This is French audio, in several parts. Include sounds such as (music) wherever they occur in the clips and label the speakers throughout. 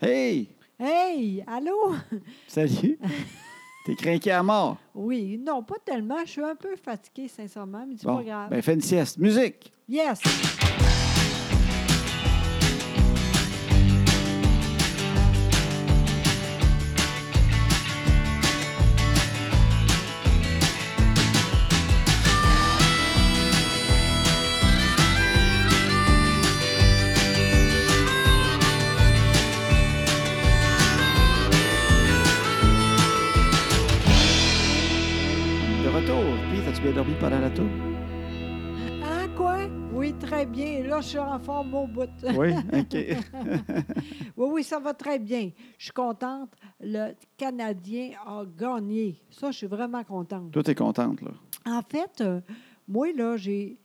Speaker 1: Hey!
Speaker 2: Hey, allô? (laughs)
Speaker 1: Salut! T'es craqué à mort.
Speaker 2: Oui, non, pas tellement. Je suis un peu fatiguée, sincèrement, mais c'est
Speaker 1: Bon,
Speaker 2: pas grave.
Speaker 1: ben fais une sieste. Musique!
Speaker 2: Yes!
Speaker 1: De retour. Puis, as-tu bien dormi pendant la
Speaker 2: (laughs)
Speaker 1: tour?
Speaker 2: Ah, quoi? Oui, très bien. Là, je suis en forme au bout.
Speaker 1: Oui, OK.
Speaker 2: Oui, oui, ça va très bien. Je suis contente. Le Canadien a gagné. Ça, je suis vraiment contente.
Speaker 1: Toi, t'es contente, là.
Speaker 2: En fait, euh, moi, là, j'ai,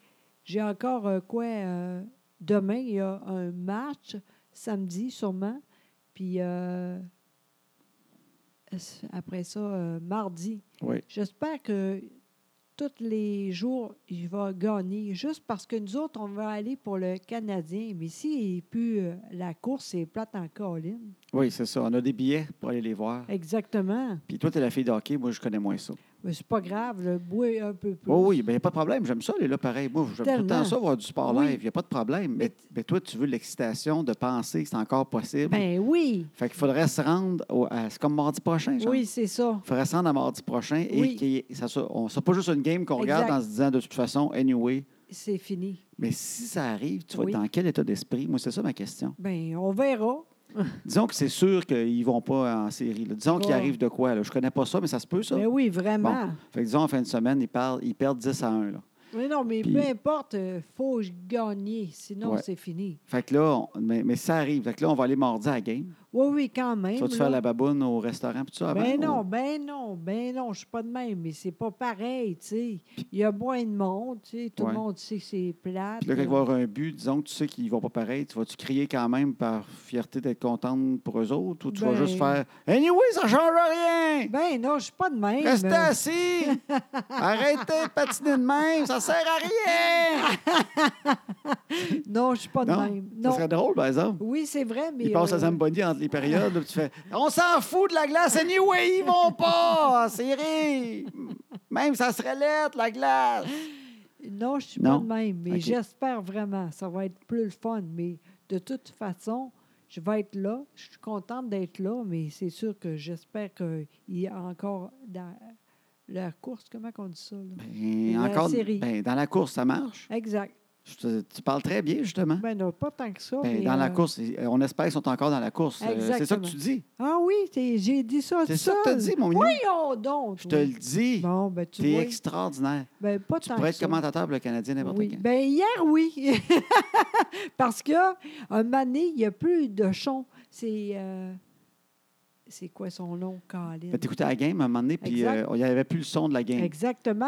Speaker 2: j'ai encore euh, quoi? euh, demain, il y a un match, samedi sûrement. Puis euh, s- après ça, euh, mardi.
Speaker 1: Oui.
Speaker 2: J'espère que tous les jours, il va gagner. Juste parce que nous autres, on va aller pour le Canadien. Mais s'il n'est plus euh, la course, c'est plate en colline.
Speaker 1: Oui, c'est ça. On a des billets pour aller les voir.
Speaker 2: Exactement.
Speaker 1: Puis toi, t'es la fille de hockey. Moi, je connais moins ça.
Speaker 2: Mais c'est pas grave, le bois est un peu plus.
Speaker 1: Oh oui, bien, il n'y a pas de problème. J'aime ça, les là, pareil. Moi, j'aime tout le temps
Speaker 2: Tellement.
Speaker 1: ça, voir du sport
Speaker 2: Oui.
Speaker 1: live. Il n'y a pas de problème. Mais,
Speaker 2: Mais-
Speaker 1: mais toi, tu veux l'excitation de penser que c'est encore possible.
Speaker 2: Ben oui,
Speaker 1: Fait qu'il faudrait se rendre au- à- c'est comme mardi prochain, genre.
Speaker 2: oui, c'est ça.
Speaker 1: Il faudrait se rendre à mardi prochain et
Speaker 2: Oui.
Speaker 1: qu'il y ait- ça soit, on soit pas juste une game qu'on
Speaker 2: Exact.
Speaker 1: regarde en se disant de toute façon, anyway.
Speaker 2: C'est fini.
Speaker 1: Mais si ça arrive, tu vas
Speaker 2: Oui.
Speaker 1: être dans quel état d'esprit? Moi, c'est ça ma question.
Speaker 2: Ben, on verra.
Speaker 1: Disons que c'est sûr qu'ils vont pas en série. là. Disons qu'il
Speaker 2: Ouais.
Speaker 1: arrive de quoi? Là. Je connais pas ça, mais ça se peut, ça.
Speaker 2: Ben oui, vraiment.
Speaker 1: Fait que disons, en fin de semaine, ils, parlent- ils perdent 10 à 1. là.
Speaker 2: Mais non, mais
Speaker 1: Puis-
Speaker 2: peu importe, il faut gagner, sinon
Speaker 1: Ouais.
Speaker 2: c'est fini.
Speaker 1: Fait que là, on- mais, mais ça arrive. Fait que là, on va aller mardi à la game.
Speaker 2: Oui, Eh oui, quand même.
Speaker 1: Tu vas te
Speaker 2: là.
Speaker 1: faire la baboune au restaurant puis tout ça avant?
Speaker 2: Ben
Speaker 1: ou-
Speaker 2: non, ben non, ben non, je suis pas de même, mais c'est pas pareil, tu sais. Il y a moins de monde, tu sais, tout
Speaker 1: Ouais.
Speaker 2: le monde sait que c'est plate.
Speaker 1: Puis là, quand
Speaker 2: là.
Speaker 1: il va y avoir un but, disons que tu sais qu'ils vont pas pareil, tu vas-tu crier quand même par fierté d'être contente pour eux autres ou tu vas
Speaker 2: Ben-
Speaker 1: juste faire Anyway, ça change rien!
Speaker 2: Ben non, je suis pas de même.
Speaker 1: Restez
Speaker 2: euh, (laughs)
Speaker 1: assis! Arrêtez de patiner de même, ça sert à rien!
Speaker 2: Non, je suis pas de même.
Speaker 1: ça
Speaker 2: Non.
Speaker 1: serait drôle, par exemple.
Speaker 2: Oui, c'est vrai, mais.
Speaker 1: Ils passent à
Speaker 2: euh,
Speaker 1: Zamboni entre les périodes, là, puis tu fais On s'en fout de la glace, anyway, ils
Speaker 2: (laughs)
Speaker 1: vont pas! C'est rire! Même ça serait lettre, la glace!
Speaker 2: Non, je suis
Speaker 1: Non?
Speaker 2: pas de même, mais
Speaker 1: OK.
Speaker 2: j'espère vraiment. Ça va être plus le fun. Mais de toute façon, je vais être là. Je suis contente d'être là, mais c'est sûr que j'espère qu'il y a encore dans leur course. Comment on dit ça? là?
Speaker 1: Ben,
Speaker 2: La
Speaker 1: encore,
Speaker 2: série.
Speaker 1: ben, dans la course, ça marche.
Speaker 2: Exact.
Speaker 1: Je te- tu parles très bien, justement.
Speaker 2: Ben, non, pas tant que ça.
Speaker 1: Ben,
Speaker 2: mais,
Speaker 1: dans la
Speaker 2: euh,
Speaker 1: course, ils- on espère qu'ils sont encore dans la course. Euh, C'est ça que
Speaker 2: Exactement.
Speaker 1: tu dis.
Speaker 2: Ah oui, t'es- j'ai dit ça.
Speaker 1: C'est
Speaker 2: tout
Speaker 1: ça que t'as
Speaker 2: seul.
Speaker 1: dit, mon minou.
Speaker 2: Voyons donc.
Speaker 1: Je te le dis.
Speaker 2: Bon, ben, tu
Speaker 1: T'es
Speaker 2: vois.
Speaker 1: extraordinaire.
Speaker 2: Ben, pas
Speaker 1: Tu
Speaker 2: tant
Speaker 1: pourrais
Speaker 2: que
Speaker 1: être
Speaker 2: ça.
Speaker 1: commentateur pour le Canadien n'importe
Speaker 2: Oui.
Speaker 1: quand.
Speaker 2: Ben hier, oui. (laughs) Parce que un mané, il n'y a plus de chon. C'est. euh, c'est quoi son nom, Colin?
Speaker 1: Ben, T'écoutais la game à un moment donné, puis
Speaker 2: Exact.
Speaker 1: euh, il n'y avait plus le son de la game.
Speaker 2: Exactement.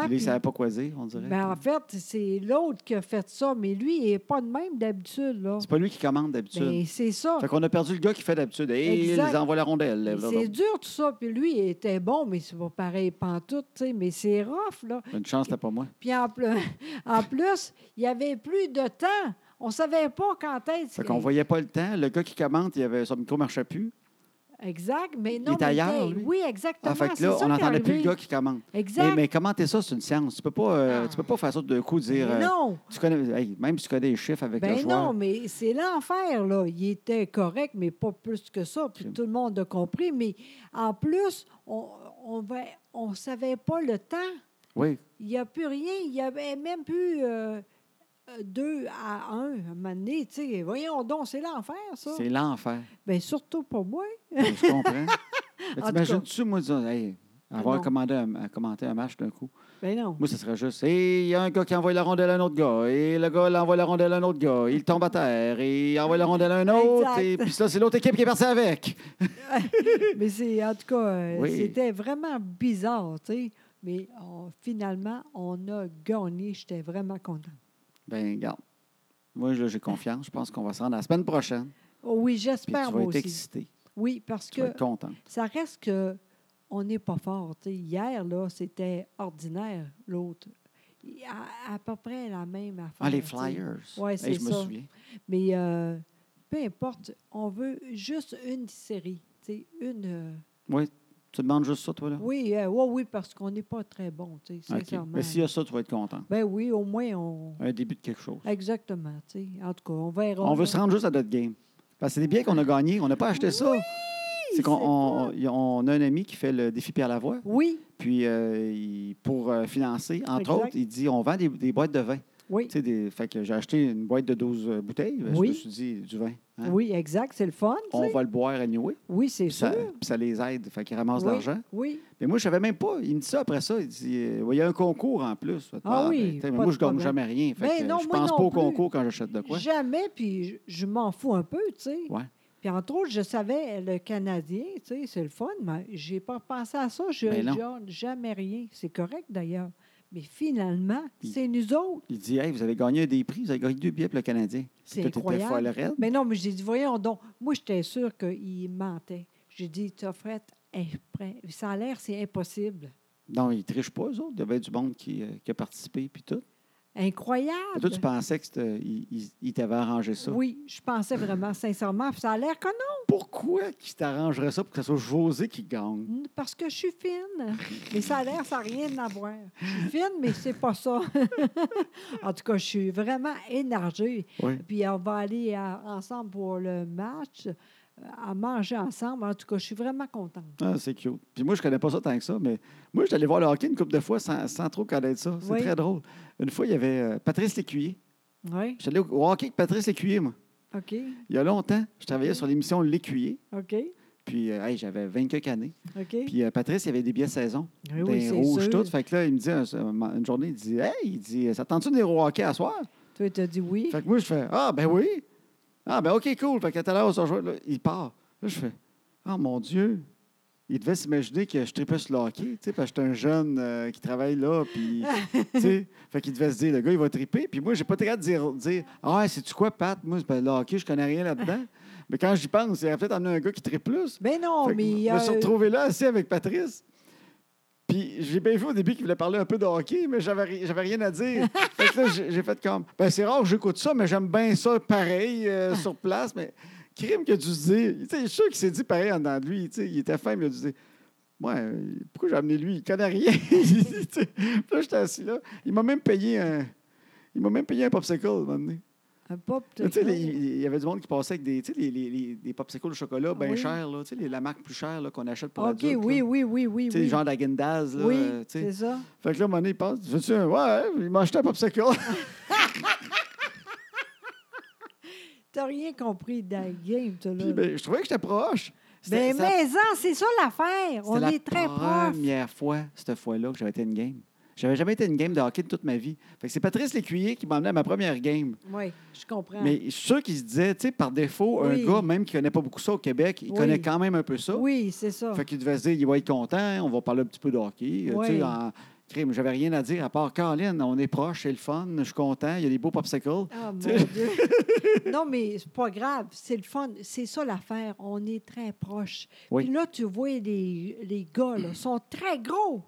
Speaker 1: Puis là, ils ne
Speaker 2: puis-
Speaker 1: savaient pas quoi dire, on dirait.
Speaker 2: ben, en fait, c'est l'autre qui a fait ça, mais lui, il n'est pas de même d'habitude. là.
Speaker 1: C'est pas lui qui commande d'habitude.
Speaker 2: Ben, c'est ça.
Speaker 1: Fait qu'on a perdu le gars qui fait d'habitude. Et ils
Speaker 2: Exact.
Speaker 1: envoient la rondelle.
Speaker 2: Mais C'est dur, tout ça. Puis lui, il était bon, mais c'est pas pareil pantoute, tu sais. Mais c'est rough, là.
Speaker 1: Une chance, t'as pas moi.
Speaker 2: Puis en, plus, (laughs) en plus, il n'y avait plus de temps. On savait pas quand est-ce
Speaker 1: Fait qu'on voyait pas le temps. Le gars qui commente, il avait, son micro ne marchait plus.
Speaker 2: Exact, mais non.
Speaker 1: est
Speaker 2: mais
Speaker 1: ailleurs,
Speaker 2: t'es-
Speaker 1: lui.
Speaker 2: Oui, exactement.
Speaker 1: Ah, fait que
Speaker 2: c'est
Speaker 1: là,
Speaker 2: ça
Speaker 1: on
Speaker 2: qui est
Speaker 1: n'entendait plus le
Speaker 2: arrivé.
Speaker 1: gars qui commente.
Speaker 2: Exact. Ah.
Speaker 1: Mais, mais commenter ça, c'est une science. Tu peux pas, euh, tu peux pas faire ça de coup, dire.
Speaker 2: Mais
Speaker 1: euh,
Speaker 2: non,
Speaker 1: Tu connais, hey, même si tu connais les chiffres avec le
Speaker 2: ben
Speaker 1: joueur.
Speaker 2: non, mais c'est l'enfer, là. Il était correct, mais pas plus que ça. Puis tout le monde a compris. Mais en plus, on on va- on savait pas le temps.
Speaker 1: Oui,
Speaker 2: Il n'y a plus rien. Il n'y avait même plus euh, euh, deux à un, à un moment donné. Tu sais, voyons donc, c'est l'enfer, ça.
Speaker 1: c'est l'enfer.
Speaker 2: (laughs) Bien, surtout pour moi.
Speaker 1: Je comprends. Mais
Speaker 2: En tout Ah
Speaker 1: T'imagines-tu, moi, disons, hey, avoir
Speaker 2: Non.
Speaker 1: commandé un, à commenter un match d'un coup?
Speaker 2: Ben non.
Speaker 1: Moi, ce serait juste, Hey, il y a un gars qui envoie la rondelle à un autre gars, et le gars l'envoie la rondelle à un autre gars, il tombe à terre, et il envoie la rondelle à un autre,
Speaker 2: Exact.
Speaker 1: et puis là, c'est l'autre équipe qui est partie avec.
Speaker 2: Mais c'est, en tout cas, euh,
Speaker 1: Oui.
Speaker 2: c'était vraiment bizarre, tu sais. Mais on- finalement, on a gagné. J'étais vraiment contente.
Speaker 1: Ben, garde. Moi, là, j'ai confiance. Je pense qu'on va se rendre la semaine prochaine.
Speaker 2: Oh oui,
Speaker 1: Puis tu vas
Speaker 2: j'espère, moi
Speaker 1: être
Speaker 2: aussi.
Speaker 1: excité.
Speaker 2: Oui, parce
Speaker 1: Tu vas
Speaker 2: que
Speaker 1: être content.
Speaker 2: ça reste que on n'est pas fort. tu sais. Hier, là, c'était ordinaire, l'autre. Il- À, à peu près la même affaire.
Speaker 1: Ah, les
Speaker 2: tu sais.
Speaker 1: Flyers.
Speaker 2: Ouais,
Speaker 1: Hey,
Speaker 2: c'est
Speaker 1: Je me
Speaker 2: ça.
Speaker 1: souviens.
Speaker 2: Mais euh, peu importe, on veut juste une série. tu sais, Une. euh,
Speaker 1: Oui, tu demandes juste ça, toi, là?
Speaker 2: oui, euh, ouais, oui, parce qu'on n'est pas très bon, tu sais,
Speaker 1: Ah. OK.
Speaker 2: sincèrement.
Speaker 1: Mais s'il y a ça, tu vas être content.
Speaker 2: Ben oui, au moins on.
Speaker 1: Un début de quelque chose.
Speaker 2: Exactement, tu sais. En tout cas, on verra.
Speaker 1: On veut se rendre juste à notre game. Parce que c'est des biens qu'on a gagnés, on n'a pas acheté ça. c'est qu'on
Speaker 2: c'est
Speaker 1: on, y- on a un ami qui fait le défi Pierre Lavoie.
Speaker 2: Oui,
Speaker 1: Puis euh, il- pour euh, financer, entre
Speaker 2: Exact.
Speaker 1: autres, il dit on vend des, des boîtes de vin.
Speaker 2: oui.
Speaker 1: Tu sais, des- fait que j'ai acheté une boîte de 12 bouteilles. Je
Speaker 2: Oui.
Speaker 1: me suis dit du vin. hein?
Speaker 2: Oui, exact, c'est le fun. tu
Speaker 1: On
Speaker 2: sais.
Speaker 1: va le boire à New
Speaker 2: Oui, c'est
Speaker 1: Puis ça,
Speaker 2: sûr.
Speaker 1: puis ça les aide. Fait qu'ils ramassent
Speaker 2: Oui,
Speaker 1: de l'argent.
Speaker 2: Oui,
Speaker 1: Mais moi, je savais même pas. Il me dit ça après ça. Il dit euh, Ouais, il y a un concours en plus.
Speaker 2: Ah oui,
Speaker 1: ben, tu sais, mais
Speaker 2: pas
Speaker 1: moi,
Speaker 2: de
Speaker 1: je gagne
Speaker 2: problème.
Speaker 1: jamais rien. Fait
Speaker 2: Ben
Speaker 1: que,
Speaker 2: non,
Speaker 1: je
Speaker 2: moi
Speaker 1: pense
Speaker 2: non
Speaker 1: pas au
Speaker 2: plus.
Speaker 1: concours quand j'achète de quoi.
Speaker 2: Jamais, puis je, je m'en fous un peu, tu sais.
Speaker 1: Ouais.
Speaker 2: Puis entre autres, je savais le Canadien, tu sais, c'est le fun, mais j'ai pas pensé à ça. Je
Speaker 1: Ben non.
Speaker 2: ne jamais rien. C'est correct d'ailleurs. Mais finalement,
Speaker 1: Il-
Speaker 2: c'est nous autres.
Speaker 1: Il dit Hey, vous avez gagné un des prix, vous avez gagné deux billets pour le Canadien.
Speaker 2: C'est
Speaker 1: Toi, t'étais
Speaker 2: incroyable.
Speaker 1: folle raide.
Speaker 2: Mais Ben non, mais j'ai dit, voyons donc. Moi, j'étais sûre qu'il mentait. J'ai dit, t'as fait, ça a l'air, c'est impossible.
Speaker 1: Non, ils trichent pas, eux autres. Il y avait du monde qui, euh, qui a participé, puis tout.
Speaker 2: Incroyable.
Speaker 1: Mais Toi, tu
Speaker 2: ben.
Speaker 1: pensais qu'ils t'avaient arrangé ça.
Speaker 2: Oui, je pensais vraiment, sincèrement. puis Ça a l'air que
Speaker 1: Pourquoi qu'ils t'arrangeraient ça pour que ce soit José qui gagne?
Speaker 2: non, parce que je suis fine. Mais ça a l'air, ça n'a rien à voir. Je suis fine, mais c'est pas ça. (laughs) en tout cas, je suis vraiment énergée.
Speaker 1: Oui.
Speaker 2: Puis on va aller à- ensemble pour le match, euh, à manger ensemble. En tout cas, je suis vraiment contente.
Speaker 1: Ah, c'est cute. Puis moi, je connais pas ça tant que ça, mais moi, j'étais allé voir le hockey une couple de fois sans, sans trop connaître ça. C'est
Speaker 2: Oui.
Speaker 1: très drôle. Une fois, il y avait euh, Patrice Lécuyer.
Speaker 2: Oui,
Speaker 1: J'étais allé au, au hockey avec Patrice Lécuyer, moi.
Speaker 2: OK,
Speaker 1: Il y a longtemps, je travaillais
Speaker 2: OK.
Speaker 1: sur l'émission L'Écuyer.
Speaker 2: OK,
Speaker 1: Puis, euh, hey, j'avais 20 quelques années.
Speaker 2: OK. Eh
Speaker 1: Puis, euh, Patrice, il y avait des billets de saison.
Speaker 2: Oui, oui,
Speaker 1: des
Speaker 2: c'est
Speaker 1: rouges,
Speaker 2: sûr.
Speaker 1: tout. Fait que là, il me dit, un- un- une journée, il dit, hey, il dit, ça te tente-tu des au hockey à soir?
Speaker 2: Toi, tu as dit oui.
Speaker 1: Fait que moi, je fais Ah, ben oui. Ah, ben OK, cool. Fait qu'à tout à l'heure, on se rejoint. Là, il part. Là, je fais Ah, mon Dieu. Il devait s'imaginer que je tripais sur le hockey, tu sais, parce que j'étais un jeune euh, qui travaille là, puis, tu sais, fait qu'il devait se dire, le gars, il va triper, puis moi, j'ai pas très de dire, dire ah, c'est-tu quoi, Pat? Moi, c'est- ben, le hockey, je connais rien là-dedans. Mais quand j'y pense, il aurait peut-être amené un gars qui tripe plus.
Speaker 2: Mais Ben non,
Speaker 1: Fait que
Speaker 2: mais euh, il y
Speaker 1: Je me
Speaker 2: a-
Speaker 1: suis retrouvé là, assis avec Patrice. Puis j'ai bien vu au début qu'il voulait parler un peu de hockey, mais j'avais, ri- j'avais rien à
Speaker 2: (laughs)
Speaker 1: dire. fait que là, j'ai, j'ai fait comme. Ben, c'est rare que j'écoute ça, mais j'aime bien ça pareil
Speaker 2: Ah.
Speaker 1: euh, sur place. Mais crime que tu dis. Tu sais, je suis sûr qu'il s'est dit pareil en dedans de lui. Tu sais, il était fin, mais il a dû dire. Ouais, euh, pourquoi j'ai amené lui? Il connaît rien. (laughs) Tu sais, puis là, j'étais assis là. Il m'a même payé un. Il m'a même payé un popsicle, à un moment donné.
Speaker 2: un pop.
Speaker 1: Tu sais, les- il y avait du monde qui passait avec des, tu sais, les, les- les- des popsicles au chocolat bien
Speaker 2: Oui.
Speaker 1: chers, là, tu sais, les- la marque plus chère là, qu'on achète pour
Speaker 2: OK,
Speaker 1: adulte,
Speaker 2: oui,
Speaker 1: là.
Speaker 2: oui, oui, oui.
Speaker 1: Tu sais,
Speaker 2: Oui,
Speaker 1: genre d'Agendaz, là.
Speaker 2: oui
Speaker 1: euh, tu sais.
Speaker 2: c'est ça.
Speaker 1: Fait que là, à un moment donné, il passe. Veux-tu un. Ouais, il m'a acheté un popsicle. (laughs)
Speaker 2: T'as rien compris de la game, toi, là.
Speaker 1: Ah. Puis, ben, je trouvais que j'étais proche. C'était-
Speaker 2: Ben,
Speaker 1: ça-
Speaker 2: mais en, c'est ça l'affaire.
Speaker 1: c'était
Speaker 2: On
Speaker 1: la
Speaker 2: est très proches.
Speaker 1: première fois, cette fois-là, que j'avais été à une game. J'avais jamais été à une game de hockey de toute ma vie. Fait que c'est Patrice Lécuyer qui m'a emmené à ma première game.
Speaker 2: Oui, je comprends.
Speaker 1: Mais je suis sûr qu'il se disait, tu sais, par défaut,
Speaker 2: Ah. Oui.
Speaker 1: un gars, même qui connaît pas beaucoup ça au Québec, il
Speaker 2: Oui.
Speaker 1: connaît quand même un peu ça.
Speaker 2: oui, c'est ça.
Speaker 1: Fait qu'il devait se dire, il va être content, on va parler un petit peu de hockey. Euh,
Speaker 2: Ouais.
Speaker 1: Tu sais, en crime, j'avais rien à dire à part Caroline, on est proche, c'est le fun, je suis content, il y a des beaux popsicles.
Speaker 2: Ah, mon
Speaker 1: Tu sais-
Speaker 2: Dieu.
Speaker 1: (laughs)
Speaker 2: non, mais c'est pas grave. C'est le fun. C'est ça l'affaire. On est très proches.
Speaker 1: Oui.
Speaker 2: Puis là, tu vois, les, les gars,
Speaker 1: (clears throat)
Speaker 2: là, sont très gros.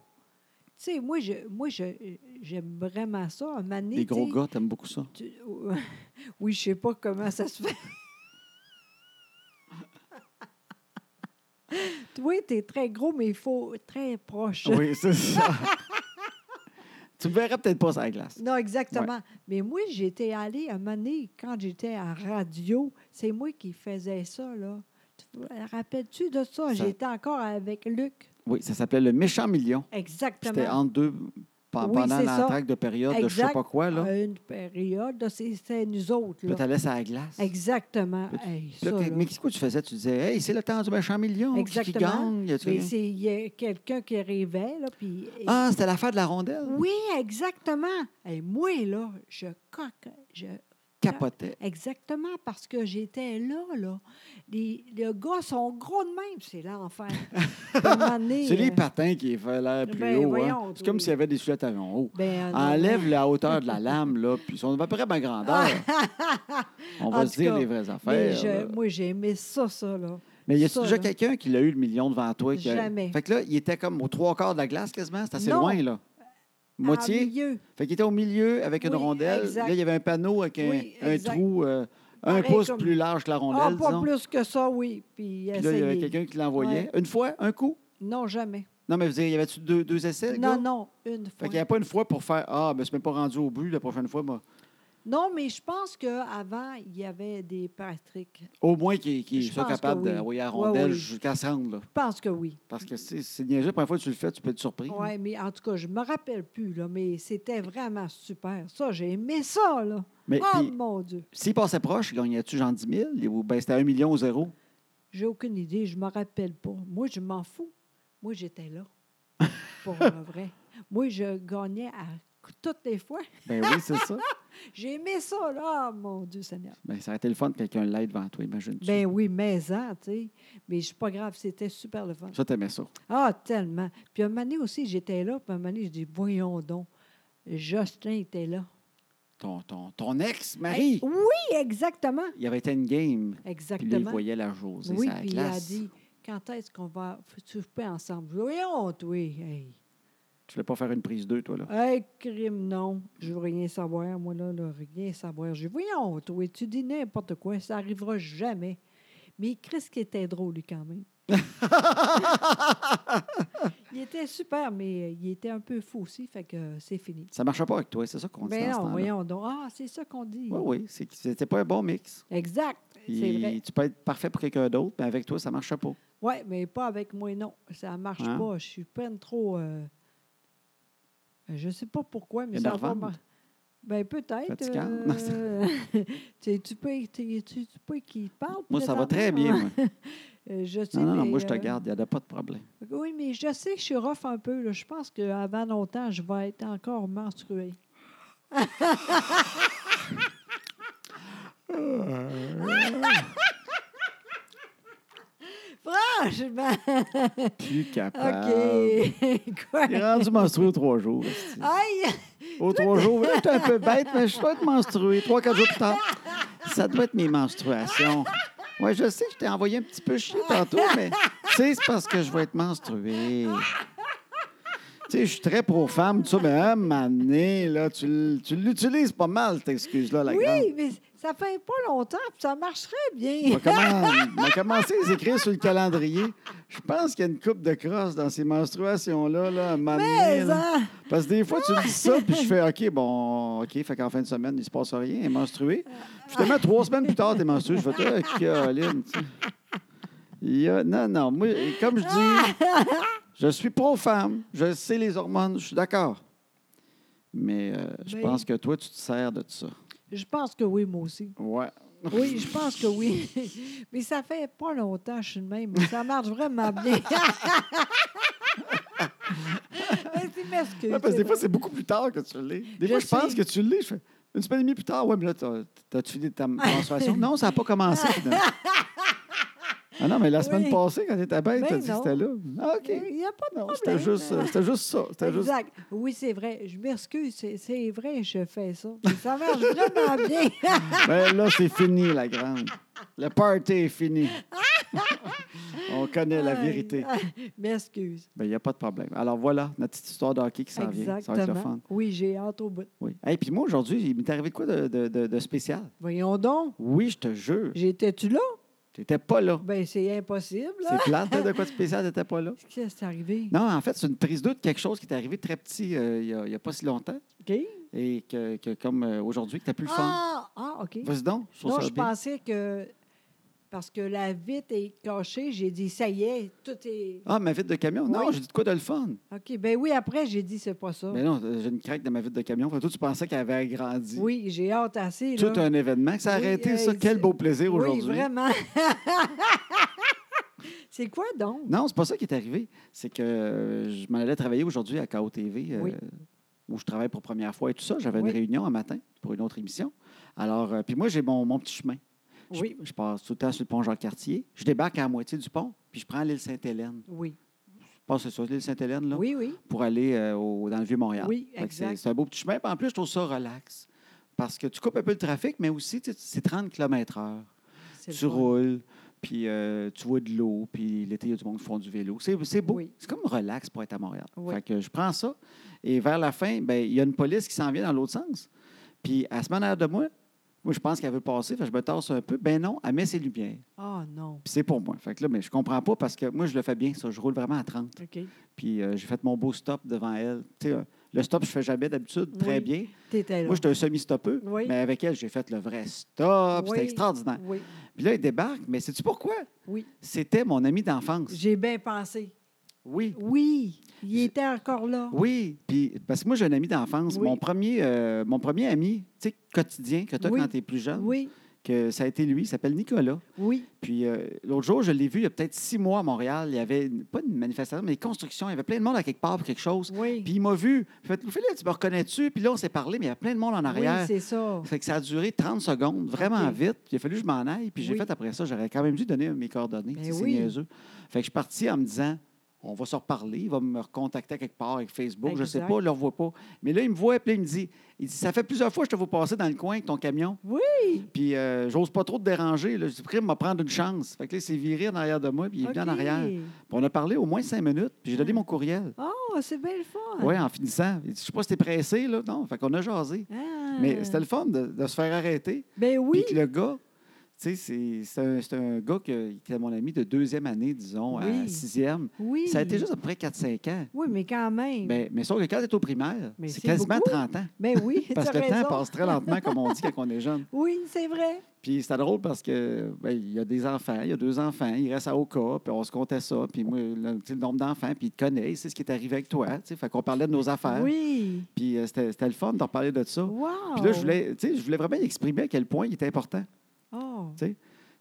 Speaker 2: Tu sais, moi, je, moi je, j'aime vraiment ça. Un moment donné,
Speaker 1: Les gros
Speaker 2: tu sais,
Speaker 1: gars, t'aimes beaucoup ça.
Speaker 2: tu- (laughs) Oui, je sais pas comment ça se fait. (laughs) Toi, t'es très gros, mais il faut très proche.
Speaker 1: (laughs) Oui, c'est ça. tu me verrais peut-être pas sur la glace.
Speaker 2: Non, exactement. Mais moi, j'étais allée à Mané quand j'étais à radio. C'est moi qui faisais ça, là. Tu te rappelles-tu de
Speaker 1: Ça-
Speaker 2: ça? J'étais encore avec Luc.
Speaker 1: Oui, ça s'appelait Le Méchant Million. C'était
Speaker 2: Exactement.
Speaker 1: en deux, pe-
Speaker 2: Oui,
Speaker 1: pendant
Speaker 2: c'est ça.
Speaker 1: l'entraque de période de je sais
Speaker 2: Exact. Euh,
Speaker 1: pas quoi. Là.
Speaker 2: À une période, là, c'est- c'était nous autres,
Speaker 1: Puis
Speaker 2: là.
Speaker 1: t'allais sur la glace.
Speaker 2: Exactement.
Speaker 1: Puis tu-
Speaker 2: Hey,
Speaker 1: Puis là,
Speaker 2: ça,
Speaker 1: t'es-
Speaker 2: là.
Speaker 1: mais qu'est-ce que tu faisais? Tu disais, hey, c'est le temps du méchant million. Qui- Qui
Speaker 2: Exactement.
Speaker 1: gagne? Y a-tu
Speaker 2: Mais
Speaker 1: rien?
Speaker 2: c'est- il y a quelqu'un qui rêvait, là, puis...
Speaker 1: Ah, c'était l'affaire de la rondelle.
Speaker 2: Oui, exactement. Et moi, là, je coque, je
Speaker 1: Capotait.
Speaker 2: Exactement, parce que j'étais là, là. Les, les gars sont gros de même,
Speaker 1: (laughs)
Speaker 2: c'est l'enfer. Puis à un moment donné,
Speaker 1: C'est les
Speaker 2: euh,
Speaker 1: patins qui font l'air plus
Speaker 2: ben,
Speaker 1: haut. hein.
Speaker 2: voyons,
Speaker 1: C'est comme
Speaker 2: oui.
Speaker 1: s'il y avait des sujets à talons hauts.
Speaker 2: ben, non,
Speaker 1: Enlève
Speaker 2: ben,
Speaker 1: la hauteur de la lame, là, puis ils sont à peu près à ma
Speaker 2: (laughs)
Speaker 1: grandeur. On
Speaker 2: En
Speaker 1: va
Speaker 2: tout
Speaker 1: se dire
Speaker 2: cas,
Speaker 1: les vraies
Speaker 2: mais
Speaker 1: affaires.
Speaker 2: je-
Speaker 1: là.
Speaker 2: moi, j'ai aimé ça, ça, là.
Speaker 1: Mais y a-tu
Speaker 2: ça,
Speaker 1: déjà
Speaker 2: là.
Speaker 1: quelqu'un qui l'a eu le million devant toi? qui a-
Speaker 2: Jamais.
Speaker 1: Fait que là, il était comme aux trois quarts de la glace quasiment. C'est assez
Speaker 2: Non.
Speaker 1: loin, là.
Speaker 2: En
Speaker 1: Moitié.
Speaker 2: milieu.
Speaker 1: Fait qu'il était au milieu avec une
Speaker 2: Oui,
Speaker 1: rondelle.
Speaker 2: exact.
Speaker 1: Là, il y avait un panneau avec un,
Speaker 2: Oui,
Speaker 1: un
Speaker 2: exact.
Speaker 1: trou euh, Un
Speaker 2: Pareil
Speaker 1: pouce
Speaker 2: comme-
Speaker 1: plus large que la
Speaker 2: Ah,
Speaker 1: rondelle,
Speaker 2: pas
Speaker 1: disons.
Speaker 2: plus que ça, oui. Puis,
Speaker 1: Puis là, il y avait
Speaker 2: essayer.
Speaker 1: quelqu'un qui l'envoyait. Une fois, un coup?
Speaker 2: Non, jamais.
Speaker 1: Non, mais vous dire, il y avait-tu deux, deux essais? le gars?
Speaker 2: Non, non, une
Speaker 1: Fait
Speaker 2: fois.
Speaker 1: qu'il n'y a pas une fois pour faire Ah, ben, c'est même pas rendu au but la prochaine fois. moi.
Speaker 2: Non, mais je pense qu'avant, il y avait des Patrick.
Speaker 1: Au moins qu'ils qu'ils
Speaker 2: Je
Speaker 1: soient
Speaker 2: pense que
Speaker 1: capables
Speaker 2: oui.
Speaker 1: d'envoyer la
Speaker 2: Ouais,
Speaker 1: rondelle
Speaker 2: oui.
Speaker 1: jusqu'à se rendre. là.
Speaker 2: Je pense que oui.
Speaker 1: Parce que c'est c'est niaiseux. La première fois que tu le fais, tu peux être surpris. là.
Speaker 2: Oui, mais en tout cas, je me rappelle plus, là, mais c'était vraiment super. Ça, j'ai aimé ça, là.
Speaker 1: Mais
Speaker 2: oh,
Speaker 1: puis,
Speaker 2: mon Dieu!
Speaker 1: s'il passait proche, gagnais-tu genre 10 000 ou ben, c'était 1 million ou zéro?
Speaker 2: J'ai aucune idée, je me rappelle pas. Moi, je m'en fous. Moi, j'étais là,
Speaker 1: (laughs)
Speaker 2: pour le vrai. Moi, je gagnais à toutes les fois.
Speaker 1: Ben oui, c'est
Speaker 2: (laughs)
Speaker 1: ça.
Speaker 2: J'ai aimé ça, là. Oh, mon Dieu Seigneur!
Speaker 1: Ben, ça aurait été le fun que quelqu'un l'aide devant toi, imagine-tu.
Speaker 2: Ben oui, maison, tu sais. Mais c'est pas grave, c'était super le fun.
Speaker 1: Ça, t'aimais ça.
Speaker 2: Ah, tellement. Puis un moment donné aussi, j'étais là, puis un moment donné, je dis, voyons donc, Jocelyn était là.
Speaker 1: Ton, ton, ton ex, Marie,
Speaker 2: Oui, exactement.
Speaker 1: il avait été à une game. Puis là, il
Speaker 2: Exactement.
Speaker 1: voyait la Josée,
Speaker 2: oui,
Speaker 1: sa
Speaker 2: puis il a
Speaker 1: classe.
Speaker 2: dit, quand est-ce qu'on va f- souper ensemble? Je dis, Voyons, toi. Hey,
Speaker 1: Tu voulais pas faire une prise 2, toi, là?
Speaker 2: Hey, crime, non. Je veux rien savoir, moi, là, là, rien savoir. Je dis, voyons, toi, tu dis n'importe quoi, ça arrivera jamais. Mais Chris qui était drôle, lui, quand
Speaker 1: (laughs)
Speaker 2: même. il était super, mais euh, il était un peu fou aussi, fait que euh, c'est fini.
Speaker 1: Ça marchait pas avec toi, c'est ça qu'on dit dans ce
Speaker 2: Mais Ben non,
Speaker 1: temps-là.
Speaker 2: voyons donc. Ah, c'est ça qu'on dit.
Speaker 1: Oui, oui, c'est- c'était pas un bon mix.
Speaker 2: Exact. C'est
Speaker 1: Il-
Speaker 2: vrai.
Speaker 1: Tu peux être parfait pour quelqu'un d'autre, mais avec toi, ça marche pas.
Speaker 2: Oui, mais pas avec moi, non. Ça ne marche
Speaker 1: Hein?
Speaker 2: pas. Je suis peine trop. euh, Je ne sais pas pourquoi, mais
Speaker 1: Et
Speaker 2: ça va pas.
Speaker 1: nervante.
Speaker 2: mar- Ben peut-être.
Speaker 1: Fatigante.
Speaker 2: euh, (laughs) tu, tu peux, tu, tu- tu peux qui parle.
Speaker 1: Moi, ça va très bien,
Speaker 2: présentement? hein. (laughs)
Speaker 1: moi.
Speaker 2: Euh, je sais,
Speaker 1: Non, non, non,
Speaker 2: mais,
Speaker 1: moi, je te
Speaker 2: euh,
Speaker 1: garde, il n'y en a pas de problème.
Speaker 2: Oui, mais je sais que je suis rough un peu. là. Je pense qu'avant longtemps, je vais être encore
Speaker 1: (laughs)
Speaker 2: menstruée. Franchement!
Speaker 1: Plus capable. Euh,
Speaker 2: OK. (laughs) Quoi?
Speaker 1: Il est rendu menstrué aux trois jours. esti.
Speaker 2: Aïe!
Speaker 1: Aux trois jours, là, t'es un peu bête, mais je dois être menstrué. Trois, quatre jours plus tard, ça doit être mes menstruations. Oui, je sais, je t'ai envoyé un petit peu chier tantôt, mais tu sais, c'est parce que je vais être menstruée. Tu sais, je suis très pro-femme, tout ça, mais à un moment donné, là, tu l- tu l'utilises pas mal, cette excuse-là, la grande.
Speaker 2: Oui, mais ça fait pas longtemps, puis ça marcherait
Speaker 1: On
Speaker 2: bien.
Speaker 1: va
Speaker 2: (laughs)
Speaker 1: commen- on va commencer à les écrire sur le calendrier. Je pense qu'il y a une coupe de crosse dans ces menstruations-là, là, à un moment donné,
Speaker 2: Mais,
Speaker 1: là.
Speaker 2: hein,
Speaker 1: Parce que des fois, tu dis ça, puis je fais OK, bon, OK, fait qu'en fin de semaine, il se passe rien, elle est menstruée. Finalement, trois semaines plus tard, t'es menstruée. Je fais toi, Caroline, tu sais. Il y a- Non, non, moi, comme je dis, je suis pro-femme, je sais les hormones, je suis d'accord. Mais euh, je
Speaker 2: Ben-
Speaker 1: pense que toi, tu te sers de ça.
Speaker 2: je pense que oui, moi aussi.
Speaker 1: Ouais.
Speaker 2: Oui, je pense que oui. (laughs) Mais ça fait pas longtemps que je suis de même. mais Ça marche vraiment bien. (laughs) Vas-y, m'excuse.
Speaker 1: Ouais, parce que des fois, c'est beaucoup plus tard que tu l'es. Des
Speaker 2: Je
Speaker 1: fois, je pense
Speaker 2: sais.
Speaker 1: que tu l'es. Je fais une semaine et demie plus tard. Ouais, mais là, t'as- t'as-tu fini ta menstruation? non, ça n'a pas
Speaker 2: (laughs)
Speaker 1: commencé. finalement. ah non, mais la semaine
Speaker 2: Oui.
Speaker 1: passée, quand t'étais bête,
Speaker 2: Ben
Speaker 1: t'as dit que
Speaker 2: non.
Speaker 1: c'était là. Ah, OK.
Speaker 2: Il n'y a pas de
Speaker 1: Non,
Speaker 2: problème.
Speaker 1: c'était juste, euh, c'était juste ça. C'était juste.
Speaker 2: Exact. Oui, c'est vrai. Je m'excuse. C'est- C'est vrai, je fais ça. Mais ça marche vraiment bien.
Speaker 1: Ben là, c'est fini, la grande. Le party est
Speaker 2: (laughs)
Speaker 1: fini. On connaît la vérité.
Speaker 2: M'excuse.
Speaker 1: Ben, il n'y a pas de problème. Alors voilà, notre petite histoire de hockey qui s'en vient. Ça va être le
Speaker 2: Exactement.
Speaker 1: fun.
Speaker 2: Oui, j'ai hâte au bout.
Speaker 1: Oui. Et puis moi, aujourd'hui, il m'est arrivé de quoi de, de- de- de spécial?
Speaker 2: Voyons donc.
Speaker 1: Oui, je te jure.
Speaker 2: J'étais-tu là?
Speaker 1: T'étais pas là.
Speaker 2: Ben, c'est impossible. là.
Speaker 1: C'est plate, hein, de
Speaker 2: (laughs)
Speaker 1: quoi de spécial, t'étais pas là?
Speaker 2: Qu'est-ce qui s'est arrivé?
Speaker 1: Non, en fait, c'est une prise 2 de quelque chose qui est arrivé très petit euh, il n'y a, pas si longtemps
Speaker 2: OK?
Speaker 1: et que, que comme euh, aujourd'hui, que t'as plus le fun.
Speaker 2: Ah, ah, OK.
Speaker 1: Vas-y donc, je trouve
Speaker 2: Non,
Speaker 1: ça
Speaker 2: je
Speaker 1: bien.
Speaker 2: pensais que parce que la vitre est cachée, j'ai dit ça y est, tout est.
Speaker 1: Ah, ma vitre de camion? Non,
Speaker 2: Oui. Ah.
Speaker 1: j'ai dit de quoi de le fun?
Speaker 2: OK, ben oui, après j'ai dit c'est pas ça.
Speaker 1: Mais non, euh, j'ai une craque dans ma vitre de camion. Fait que toi, tu pensais qu'elle avait agrandi.
Speaker 2: oui, j'ai hâte assez
Speaker 1: Tout
Speaker 2: là.
Speaker 1: un événement. que Ça a
Speaker 2: Oui,
Speaker 1: arrêté,
Speaker 2: euh,
Speaker 1: ça. Quel
Speaker 2: c'est-
Speaker 1: beau plaisir
Speaker 2: oui,
Speaker 1: aujourd'hui.
Speaker 2: vraiment. (laughs) c'est quoi donc
Speaker 1: Non, c'est pas ça qui est arrivé. C'est que euh, je m'en allais travailler aujourd'hui à KO TV, euh,
Speaker 2: Oui.
Speaker 1: où je travaille pour première fois et tout ça. J'avais
Speaker 2: Oui.
Speaker 1: une réunion un matin pour une autre émission. Alors, euh, puis moi, j'ai mon, mon petit chemin. Je,
Speaker 2: Oui.
Speaker 1: je passe tout le temps sur le pont Jean-Cartier. Je débarque à la moitié du pont, puis je prends l'île Sainte-Hélène.
Speaker 2: Oui.
Speaker 1: Je passe sur l'île Sainte-Hélène, là,
Speaker 2: Oui, oui.
Speaker 1: pour aller euh, au- dans le Vieux-Montréal.
Speaker 2: Oui,
Speaker 1: Fait que
Speaker 2: exact.
Speaker 1: C'est c'est un beau petit chemin. Puis en plus, je trouve ça relax. Parce que tu coupes un peu le trafic, mais aussi, tu sais, c'est 30 km heure
Speaker 2: c'est le
Speaker 1: tu
Speaker 2: fun.
Speaker 1: roules, puis euh, tu vois de l'eau, puis l'été, il y a du monde qui font du vélo. C'est c'est beau.
Speaker 2: Oui.
Speaker 1: C'est comme relax pour être à Montréal.
Speaker 2: Oui.
Speaker 1: Fait que je prends ça, et vers la fin, ben, il y a une police qui s'en vient dans l'autre sens. Puis elle se met en arrière de moi, Moi, je pense qu'elle veut passer, fait que je me tasse un peu. Ben non, elle met ses lumières.
Speaker 2: Ah non.
Speaker 1: Puis c'est pour moi. Fait que là, mais je comprends pas parce que moi, je le fais bien, ça. Je roule vraiment à 30.
Speaker 2: OK.
Speaker 1: Puis euh, j'ai fait mon beau stop devant elle. Tu sais, euh, le stop, je fais jamais d'habitude, très
Speaker 2: Oui.
Speaker 1: bien.
Speaker 2: T'étais là.
Speaker 1: Moi, j'étais un semi-stoppeux,
Speaker 2: Oui.
Speaker 1: mais avec elle, j'ai fait le vrai stop. C'était
Speaker 2: Oui.
Speaker 1: extraordinaire.
Speaker 2: Oui,
Speaker 1: Puis là, il débarque, mais sais-tu pourquoi?
Speaker 2: oui.
Speaker 1: C'était mon ami d'enfance.
Speaker 2: J'ai bien pensé.
Speaker 1: Oui.
Speaker 2: Oui, il
Speaker 1: Je-
Speaker 2: était encore là.
Speaker 1: Oui, puis parce que moi, j'ai un ami d'enfance.
Speaker 2: Oui.
Speaker 1: Mon, premier, euh, mon premier ami, tu sais, quotidien que tu as
Speaker 2: Oui.
Speaker 1: quand tu es plus jeune,
Speaker 2: Oui,
Speaker 1: que ça a été lui, il s'appelle Nicolas.
Speaker 2: oui.
Speaker 1: Puis euh, l'autre jour, je l'ai vu il y a peut-être six mois à Montréal. Il y avait une- pas une manifestation, mais des constructions. Il y avait plein de monde à quelque part pour quelque chose.
Speaker 2: Oui.
Speaker 1: Puis il m'a vu. Il fait Philippe, tu me reconnais-tu? Puis là, on s'est parlé, mais il y avait plein de monde en
Speaker 2: oui,
Speaker 1: arrière.
Speaker 2: c'est ça.
Speaker 1: fait que ça a duré 30 secondes, vraiment
Speaker 2: OK.
Speaker 1: vite. Il a fallu que je m'en aille. Puis j'ai
Speaker 2: Oui.
Speaker 1: fait après ça, j'aurais quand même dû donner mes coordonnées.
Speaker 2: Ben
Speaker 1: tu sais, C'est
Speaker 2: oui.
Speaker 1: niaiseux. Fait que je suis parti en me disant on va se reparler, il va me recontacter quelque part avec Facebook, je sais
Speaker 2: Exact.
Speaker 1: pas, je le revois pas. Mais là, il me voit, puis là, il me dit, il dit, ça fait plusieurs fois que je te vois passer dans le coin avec ton camion.
Speaker 2: Oui.
Speaker 1: Puis euh, j'ose pas trop te déranger. Là. J'ai dit, Crime, il m'a prendre une chance. Fait que là, il s'est viré en arrière de moi, puis il est venu en
Speaker 2: OK.
Speaker 1: arrière. Puis on a parlé au moins cinq minutes, puis j'ai donné mon courriel.
Speaker 2: Oh, c'est bien le fun.
Speaker 1: Oui, en finissant. Il dit, je sais pas si t'es pressé, là. Non, fait qu'on a jasé.
Speaker 2: Ah.
Speaker 1: Mais c'était le fun de, de se faire arrêter.
Speaker 2: Ben oui.
Speaker 1: Puis que le gars, tu sais, c'est- c'est un, c'est un gars que- qui était mon ami de deuxième année, disons, à
Speaker 2: Oui.
Speaker 1: sixième.
Speaker 2: Oui.
Speaker 1: Ça a été juste à peu près 4-5 ans.
Speaker 2: Oui, mais quand même. Ben,
Speaker 1: Mais, mais sauf que quand t'es au primaire,
Speaker 2: Mais
Speaker 1: c'est
Speaker 2: c'est
Speaker 1: quasiment
Speaker 2: beaucoup.
Speaker 1: 30
Speaker 2: (laughs)
Speaker 1: ans.
Speaker 2: oui,
Speaker 1: (laughs) Parce que
Speaker 2: t'as
Speaker 1: le temps
Speaker 2: raison.
Speaker 1: passe très lentement, comme on dit quand on est jeune.
Speaker 2: (laughs) Oui, c'est vrai.
Speaker 1: Puis c'était drôle parce que ben, il y a des enfants, il y a deux enfants, il reste à Oka, puis on se comptait ça, puis moi, le, tu sais, le nombre d'enfants, puis il te connaît, il sait ce qui est arrivé avec toi, tu sais, fait qu'on parlait de nos affaires,
Speaker 2: Oui.
Speaker 1: puis euh, c'était c'était le fun de reparler de ça.
Speaker 2: Wow.
Speaker 1: Puis là, je voulais, tu sais, je voulais vraiment exprimer à quel point il était important.
Speaker 2: Oh,
Speaker 1: tu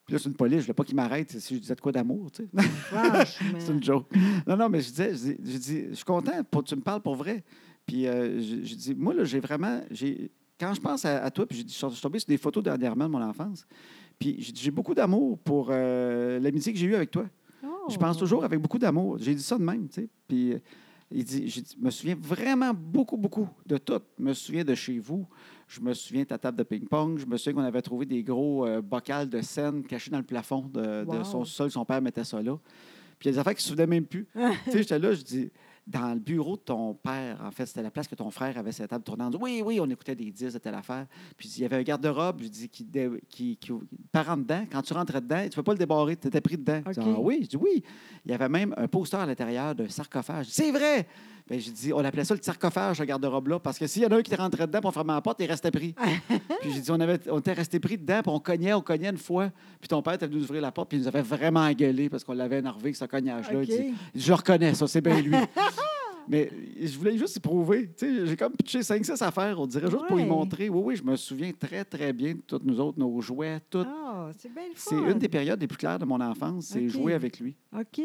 Speaker 1: Puis là, c'est une police, je voulais pas qu'il m'arrête si je disais de quoi d'amour, tu sais.
Speaker 2: franchement.
Speaker 1: c'est une joke. Non, non, mais je disais, je dis, je, dis, je suis content, pour, tu me parles pour vrai. Puis euh, je, je dis, moi, là, j'ai vraiment, j'ai- quand je pense à, à toi, puis j'ai dit- je, suis- je suis tombé sur des photos dernièrement de mon enfance, puis j'ai dit, j'ai beaucoup d'amour pour euh, l'amitié que j'ai eue avec toi.
Speaker 2: (laughs) Oh.
Speaker 1: Je pense toujours avec beaucoup d'amour. J'ai dit ça de même, tu sais. Puis euh, il dit, j'ai dit, je me souviens vraiment beaucoup, beaucoup de tout. Je me souviens de chez vous. Je me souviens de ta table de ping-pong. Je me souviens qu'on avait trouvé des gros euh, bocals de scène cachés dans le plafond de, de
Speaker 2: Wow.
Speaker 1: son sol. Son père mettait ça là. Puis il y a des affaires qui ne se souvenaient même plus. tu sais, j'étais là, je dis, dans le bureau de ton père, en fait, c'était la place que ton frère avait cette table tournante. Oui, oui, on écoutait des disques de telle affaire. Puis il y avait un garde-robe, je dis, qui, dé- qui, qui, par en dedans. Quand tu rentrais dedans, tu ne peux pas le débarrer, tu étais pris dedans. Je dis,
Speaker 2: OK.
Speaker 1: ah oui, je dis oui. Il y avait même un poster à l'intérieur d'un sarcophage. C'est vrai! Ben, j'ai dit, on appelait ça le sarcophage, le garde-robe-là, parce que s'il y en a un qui rentrait dedans, puis on fermait la porte, il restait
Speaker 2: (laughs)
Speaker 1: pris. puis j'ai dit, on, avait, on était resté pris dedans, puis on cognait, on cognait une fois. Puis ton père était venu nous ouvrir la porte, puis il nous avait vraiment gueulé parce qu'on l'avait énervé avec ce cognage-là. Il
Speaker 2: OK.
Speaker 1: dit, je le reconnais, ça, c'est bien
Speaker 2: (laughs)
Speaker 1: lui. Mais je voulais juste y prouver. Tu sais, j'ai comme pitché 5-6 affaires, on dirait, juste pour y
Speaker 2: Ouais.
Speaker 1: montrer. Oui, oui, je me souviens très, très bien de toutes nous autres, nos jouets, tout.
Speaker 2: Ah, c'est bien le fun.
Speaker 1: C'est une des périodes les plus claires de mon enfance, c'est
Speaker 2: OK.
Speaker 1: jouer avec lui.
Speaker 2: OK.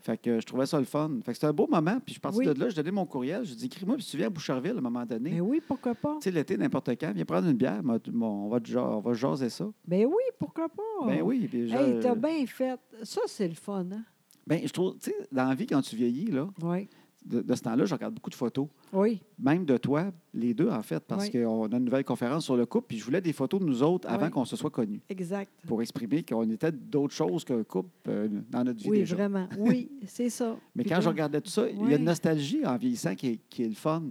Speaker 1: Fait que euh, je trouvais ça le fun. Fait que c'était un beau moment. Puis je suis parti
Speaker 2: Oui.
Speaker 1: de là, je donnais mon courriel. Je dis écris-moi, puis tu viens à Boucherville à un moment donné.
Speaker 2: Ben oui, pourquoi pas?
Speaker 1: Tu sais, l'été, n'importe quand, viens prendre une bière, m'a- m'a- on va, te ja- on va jaser ça.
Speaker 2: Ben oui, pourquoi pas?
Speaker 1: Ben oui, puis je,
Speaker 2: Oh. Hey, t'as bien fait. Ça, c'est le fun, hein?
Speaker 1: ben, je trouve, tu sais, dans la vie, quand tu vieillis, là,
Speaker 2: Oui.
Speaker 1: de, de ce temps-là, je regarde beaucoup de photos,
Speaker 2: Oui.
Speaker 1: même de toi, les deux, en fait, parce
Speaker 2: Oui.
Speaker 1: qu'on a une nouvelle conférence sur le couple, puis je voulais des photos de nous autres avant
Speaker 2: Oui.
Speaker 1: qu'on se soit connus,
Speaker 2: Exact.
Speaker 1: pour exprimer qu'on était d'autres choses qu'un couple euh, dans notre vie
Speaker 2: Oui,
Speaker 1: déjà. (laughs)
Speaker 2: vraiment. Oui, c'est ça.
Speaker 1: Mais
Speaker 2: Puis
Speaker 1: quand je
Speaker 2: toi?
Speaker 1: regardais tout ça, il y a
Speaker 2: Ouais.
Speaker 1: une nostalgie en vieillissant qui est, qui est le fun.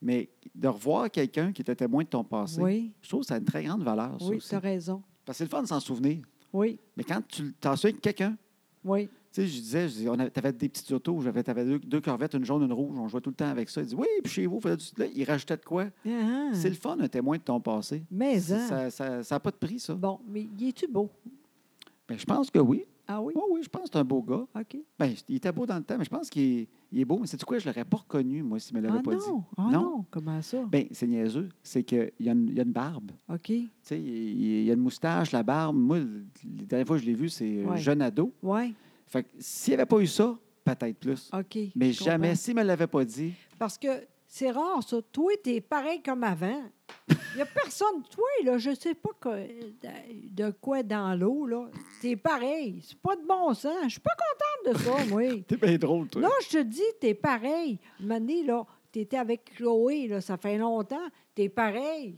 Speaker 1: Mais de revoir quelqu'un qui était témoin de ton passé,
Speaker 2: Oui,
Speaker 1: je trouve que ça a une très grande valeur. ça
Speaker 2: oui,
Speaker 1: aussi.
Speaker 2: t'as raison.
Speaker 1: Parce que c'est le fun de s'en souvenir.
Speaker 2: Oui,
Speaker 1: Mais quand tu t'en souviens de quelqu'un,
Speaker 2: oui.
Speaker 1: tu sais, je disais, je disais, on avait, t'avais des petites autos, j'avais, t'avais deux, deux corvettes, une jaune, une rouge, on jouait tout le temps avec ça. Il dit, oui, puis chez vous, vous faites du- là, il rajoutait de quoi?
Speaker 2: Ah,
Speaker 1: C'est le fun, un témoin de ton passé.
Speaker 2: Mais,
Speaker 1: C'est-
Speaker 2: hein?
Speaker 1: Ça n'a ça, ça a pas de prix, ça.
Speaker 2: Bon, mais il est-tu beau?
Speaker 1: Ben, je pense que oui.
Speaker 2: Ah oui?
Speaker 1: Oui, oui, je pense que c'est un beau gars.
Speaker 2: OK.
Speaker 1: Ben, il était beau dans le temps, mais je pense qu'il est- il est beau. Mais c'est quoi? Je ne l'aurais pas reconnu, moi, s'il ne me l'avait
Speaker 2: ah
Speaker 1: pas
Speaker 2: non!
Speaker 1: dit.
Speaker 2: Ah
Speaker 1: Non.
Speaker 2: non. Comment ça?
Speaker 1: Bien, c'est niaiseux. C'est qu'il y, a une- il y a une barbe.
Speaker 2: OK.
Speaker 1: Tu sais, il il y a une moustache, la barbe. Moi, l- la dernière fois que je l'ai vu, c'est euh,
Speaker 2: Ouais.
Speaker 1: jeune ado.
Speaker 2: Oui,
Speaker 1: Fait que s'il n'y avait pas eu ça, peut-être plus. Mais
Speaker 2: OK. Ah, je comprends.
Speaker 1: jamais, s'il ne me l'avait pas dit,
Speaker 2: Parce que c'est rare, ça. Toi, t'es pareil comme avant. Il n'y a personne. (laughs) Toi, là, je sais pas que- de quoi dans l'eau, là. T'es pareil. C'est pas de bon sens. Je suis pas contente de ça, moi.
Speaker 1: t'es bien drôle, toi.
Speaker 2: Là, je te dis, t'es pareil. Mané, là, t'étais avec Chloé, là, ça fait longtemps. T'es pareil.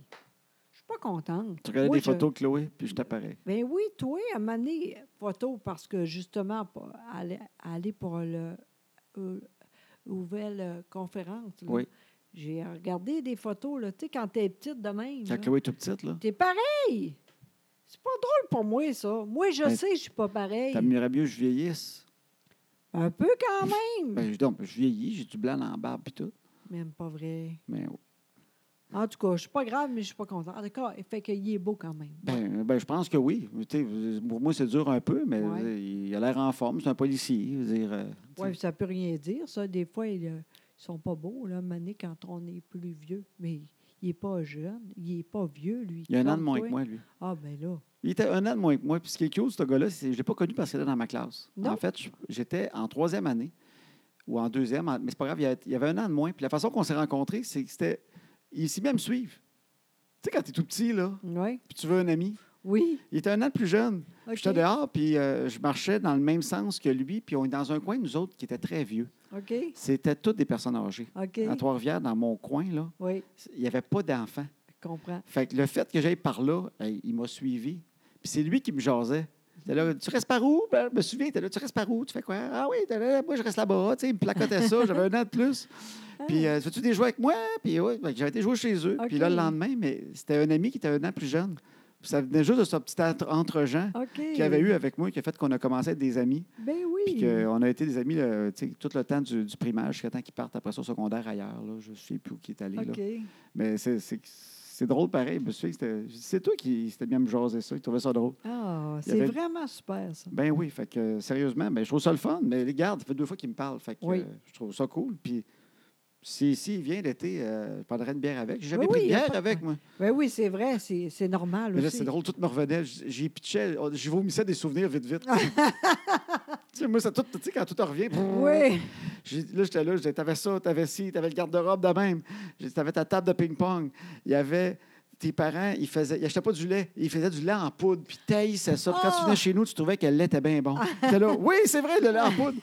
Speaker 2: Je suis pas contente.
Speaker 1: Tu regardais
Speaker 2: Moi,
Speaker 1: des
Speaker 2: je-
Speaker 1: photos, de Chloé, puis je t'apparais.
Speaker 2: Ben oui, toi, à Mané, photo, parce que justement, pour aller, aller pour le euh, nouvelle euh, conférence. là,
Speaker 1: Oui.
Speaker 2: J'ai regardé des photos, là, tu sais, quand t'es petite de même.
Speaker 1: Quand
Speaker 2: là.
Speaker 1: Chloé est tout petite, là,
Speaker 2: T'es pareil. C'est pas drôle pour moi, ça. Moi, je
Speaker 1: Ben,
Speaker 2: sais que je suis pas pareil.
Speaker 1: t'aimerais mieux que je vieillisse.
Speaker 2: Un peu quand même.
Speaker 1: Ben, je, donc, je vieillis, j'ai du blanc dans la barbe et tout.
Speaker 2: Même pas vrai.
Speaker 1: Mais
Speaker 2: En tout cas, je suis pas grave, mais je suis pas contente. En tout cas, fait qu'il est beau quand même.
Speaker 1: ben, ben, je pense que oui. Tu sais, Pour moi, c'est dur un peu, mais
Speaker 2: Ouais.
Speaker 1: euh, il a l'air en forme. C'est un policier. je veux dire, euh, tu sais.
Speaker 2: Oui, ça peut rien dire, ça. Des fois, ils, euh, ils sont pas beaux, là, Mané, quand on est plus vieux. Mais il est pas jeune, il est pas vieux, lui.
Speaker 1: Il a un an de
Speaker 2: comme
Speaker 1: moins
Speaker 2: toi.
Speaker 1: que moi, lui.
Speaker 2: Ah, ben là.
Speaker 1: Il était un an de moins que moi. Puis ce qui est cute, ce gars-là, c'est je l'ai pas connu parce qu'il était dans ma classe.
Speaker 2: Non.
Speaker 1: En fait, je- j'étais en troisième année ou en deuxième, en- mais c'est pas grave, il y avait- il y avait un an de moins. Puis la façon qu'on s'est rencontrés, c'est que c'était. Il s'est bien me suivre. Tu sais, quand t'es tout petit, là,
Speaker 2: Oui.
Speaker 1: puis tu veux un ami,
Speaker 2: Oui.
Speaker 1: il était un an de plus jeune.
Speaker 2: OK.
Speaker 1: J'étais dehors, puis euh, je marchais dans le même sens que lui, puis on est dans un coin, nous autres, qui était très vieux.
Speaker 2: OK.
Speaker 1: C'était toutes des personnes âgées.
Speaker 2: OK.
Speaker 1: À Trois-Rivières, dans mon coin, là,
Speaker 2: Oui,
Speaker 1: il n'y avait pas d'enfants.
Speaker 2: je comprends.
Speaker 1: Fait que le fait que j'aille par là, hey, il m'a suivi. Puis c'est lui qui me jasait. Il était là, tu restes par où? Ben, je me souviens, il était là, tu restes par où? Tu fais quoi? Ah oui, t'es là, moi je reste là-bas. Tu sais, il me placotait ça, j'avais un an de plus. Puis, euh, veux-tu des jouer avec moi? Puis, ouais, fait que j'avais été jouer chez eux. Puis là,
Speaker 2: Ah.
Speaker 1: le
Speaker 2: OK.
Speaker 1: lendemain, mais c'était un ami qui était un an plus jeune. Puis ça venait juste de ce petit entre- entre-gens
Speaker 2: OK.
Speaker 1: qu'il avait eu avec moi, qui a fait qu'on a commencé à être des amis.
Speaker 2: Ben oui.
Speaker 1: Puis qu'on a été des amis là, tu sais, tout le temps du, du primaire jusqu'à temps qu'ils partent après ça au secondaire ailleurs. Là. Je ne sais plus où qui est allé. là.
Speaker 2: OK.
Speaker 1: Mais c'est- c'est c'est drôle pareil. Je me souviens que c'était- c'est toi qui c'était bien me jaser ça. Tu trouvais ça drôle.
Speaker 2: Ah, c'est
Speaker 1: avait-
Speaker 2: vraiment super, ça.
Speaker 1: Ben oui, fait que euh, sérieusement, ben, je trouve ça le fun. Mais les gardes, ça fait deux fois qu'ils me parlent. Fait que
Speaker 2: Oui.
Speaker 1: euh, je trouve ça cool. Puis si, si il vient l'été, euh, je prendrai une bière avec. J'ai
Speaker 2: Oui,
Speaker 1: jamais pris
Speaker 2: oui,
Speaker 1: de
Speaker 2: y a
Speaker 1: bière
Speaker 2: pas-
Speaker 1: avec moi.
Speaker 2: Ben oui, c'est vrai, c'est c'est normal
Speaker 1: Mais là,
Speaker 2: aussi.
Speaker 1: c'est drôle, tout me revenait. J- J'y pitchais, on- j'y vomissais des souvenirs vite,
Speaker 2: (laughs)
Speaker 1: vite. tu sais, moi, ça tout, tu sais, quand tout te revient.
Speaker 2: Oui,
Speaker 1: J'ai- Là, j'étais là, je disais, t'avais ça, t'avais ci, t'avais le garde-robe de même. J'ai dit, T'avais ta table de ping-pong. Il y avait tes parents, ils faisaient, ils achetaient pas du lait, ils faisaient du lait en poudre, puis taillissaient ça. Puis quand tu
Speaker 2: Ah!
Speaker 1: venais chez nous, tu trouvais que le lait était bien bon. T'étais là, oui, c'est vrai, le lait en poudre.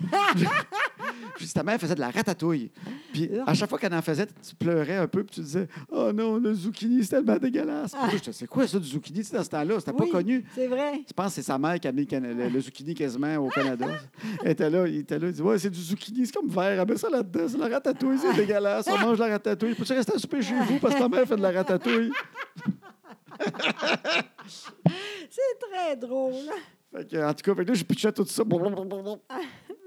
Speaker 1: Puis ta mère faisait de la ratatouille. Puis à chaque fois qu'elle en faisait, tu pleurais un peu, puis tu disais, oh non, le zucchini, c'est tellement dégueulasse. Puis moi, j'étais, c'est quoi ça du zucchini? Tu sais, dans ce temps-là, c'était
Speaker 2: oui,
Speaker 1: pas connu.
Speaker 2: C'est vrai.
Speaker 1: Je pense que c'est sa mère qui a amené le, Cana- le- le zucchini quasiment au Canada. Elle était là, il était là, il dit Ouais, c'est du zucchini, c'est comme vert, elle met ça là-dedans, c'est de la ratatouille, c'est dégueulasse, on mange de la ratatouille. Peux-tu rester à souper chez vous parce que ta mère fait de la ratatouille?
Speaker 2: C'est très drôle.
Speaker 1: Fait que, en tout cas, fait que là, je pitchais tout ça.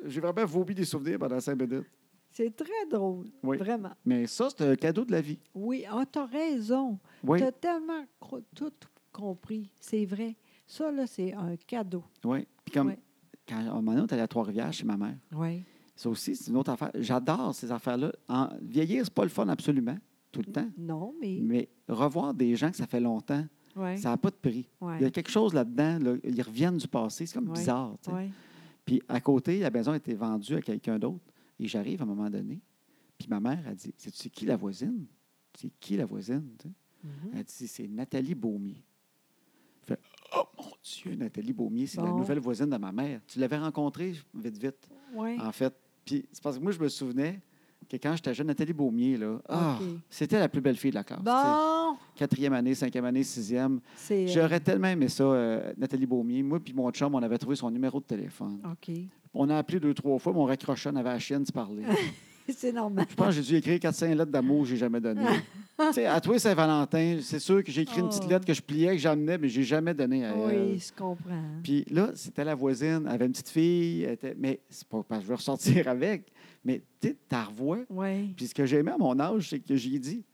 Speaker 1: J'ai vraiment vomi des souvenirs pendant cinq minutes.
Speaker 2: C'est très drôle.
Speaker 1: Oui.
Speaker 2: Vraiment.
Speaker 1: Mais ça, c'est un cadeau de la vie.
Speaker 2: Oui, ah, t'as raison.
Speaker 1: Oui,
Speaker 2: T'as tellement cro- tout compris. C'est vrai. Ça, là, c'est un cadeau.
Speaker 1: oui. Puis comme
Speaker 2: Oui.
Speaker 1: quand à un moment donné, on est allé à Trois-Rivières chez ma mère.
Speaker 2: Oui.
Speaker 1: Ça aussi, c'est une autre affaire. J'adore ces affaires-là. En- Vieillir, c'est pas le fun absolument, tout le temps.
Speaker 2: Non, mais.
Speaker 1: Mais revoir des gens que ça fait longtemps,
Speaker 2: Oui.
Speaker 1: ça n'a pas de prix. Il y a quelque chose là-dedans, là, ils reviennent du passé, c'est comme
Speaker 2: Ouais.
Speaker 1: bizarre. tu sais.
Speaker 2: Oui.
Speaker 1: Puis à côté, la maison a été vendue à quelqu'un d'autre. Et j'arrive à un moment donné, puis ma mère a dit C'est qui la voisine C'est qui la voisine tu sais?
Speaker 2: Mhm.
Speaker 1: Elle dit C'est Nathalie Beaumier. Je fais Oh mon Dieu, Nathalie Beaumier, c'est la
Speaker 2: Bon.
Speaker 1: nouvelle voisine de ma mère. Tu l'avais rencontrée vite, vite,
Speaker 2: Oui.
Speaker 1: en fait. Puis c'est parce que moi, je me souvenais que quand j'étais jeune, Nathalie Beaumier, là, ah,
Speaker 2: OK.
Speaker 1: c'était la plus belle fille de la classe. tu sais.
Speaker 2: Bon,
Speaker 1: Quatrième année, cinquième année, sixième.
Speaker 2: c'est. euh,
Speaker 1: J'aurais tellement aimé ça, euh, Nathalie Beaumier. Moi puis mon chum, on avait trouvé son numéro de téléphone.
Speaker 2: OK.
Speaker 1: On a appelé deux, trois fois, mais on raccrochait, on avait la chienne de se
Speaker 2: (laughs)
Speaker 1: parler.
Speaker 2: C'est normal.
Speaker 1: Je pense que j'ai dû écrire 400 lettres d'amour que j'ai jamais
Speaker 2: (laughs)
Speaker 1: données. tu sais, à toi, Saint-Valentin, c'est sûr que j'ai écrit une petite
Speaker 2: Oh.
Speaker 1: lettre que je pliais, que j'amenais, mais j'ai jamais donné à elle.
Speaker 2: Oui, je comprends.
Speaker 1: Euh, Puis là, c'était la voisine, elle avait une petite fille, elle était- mais c'est pas parce que je veux ressortir (laughs) avec, mais tu sais, t'as revois.
Speaker 2: Oui.
Speaker 1: Puis ce que j'ai aimé à mon âge, c'est que j'ai dit,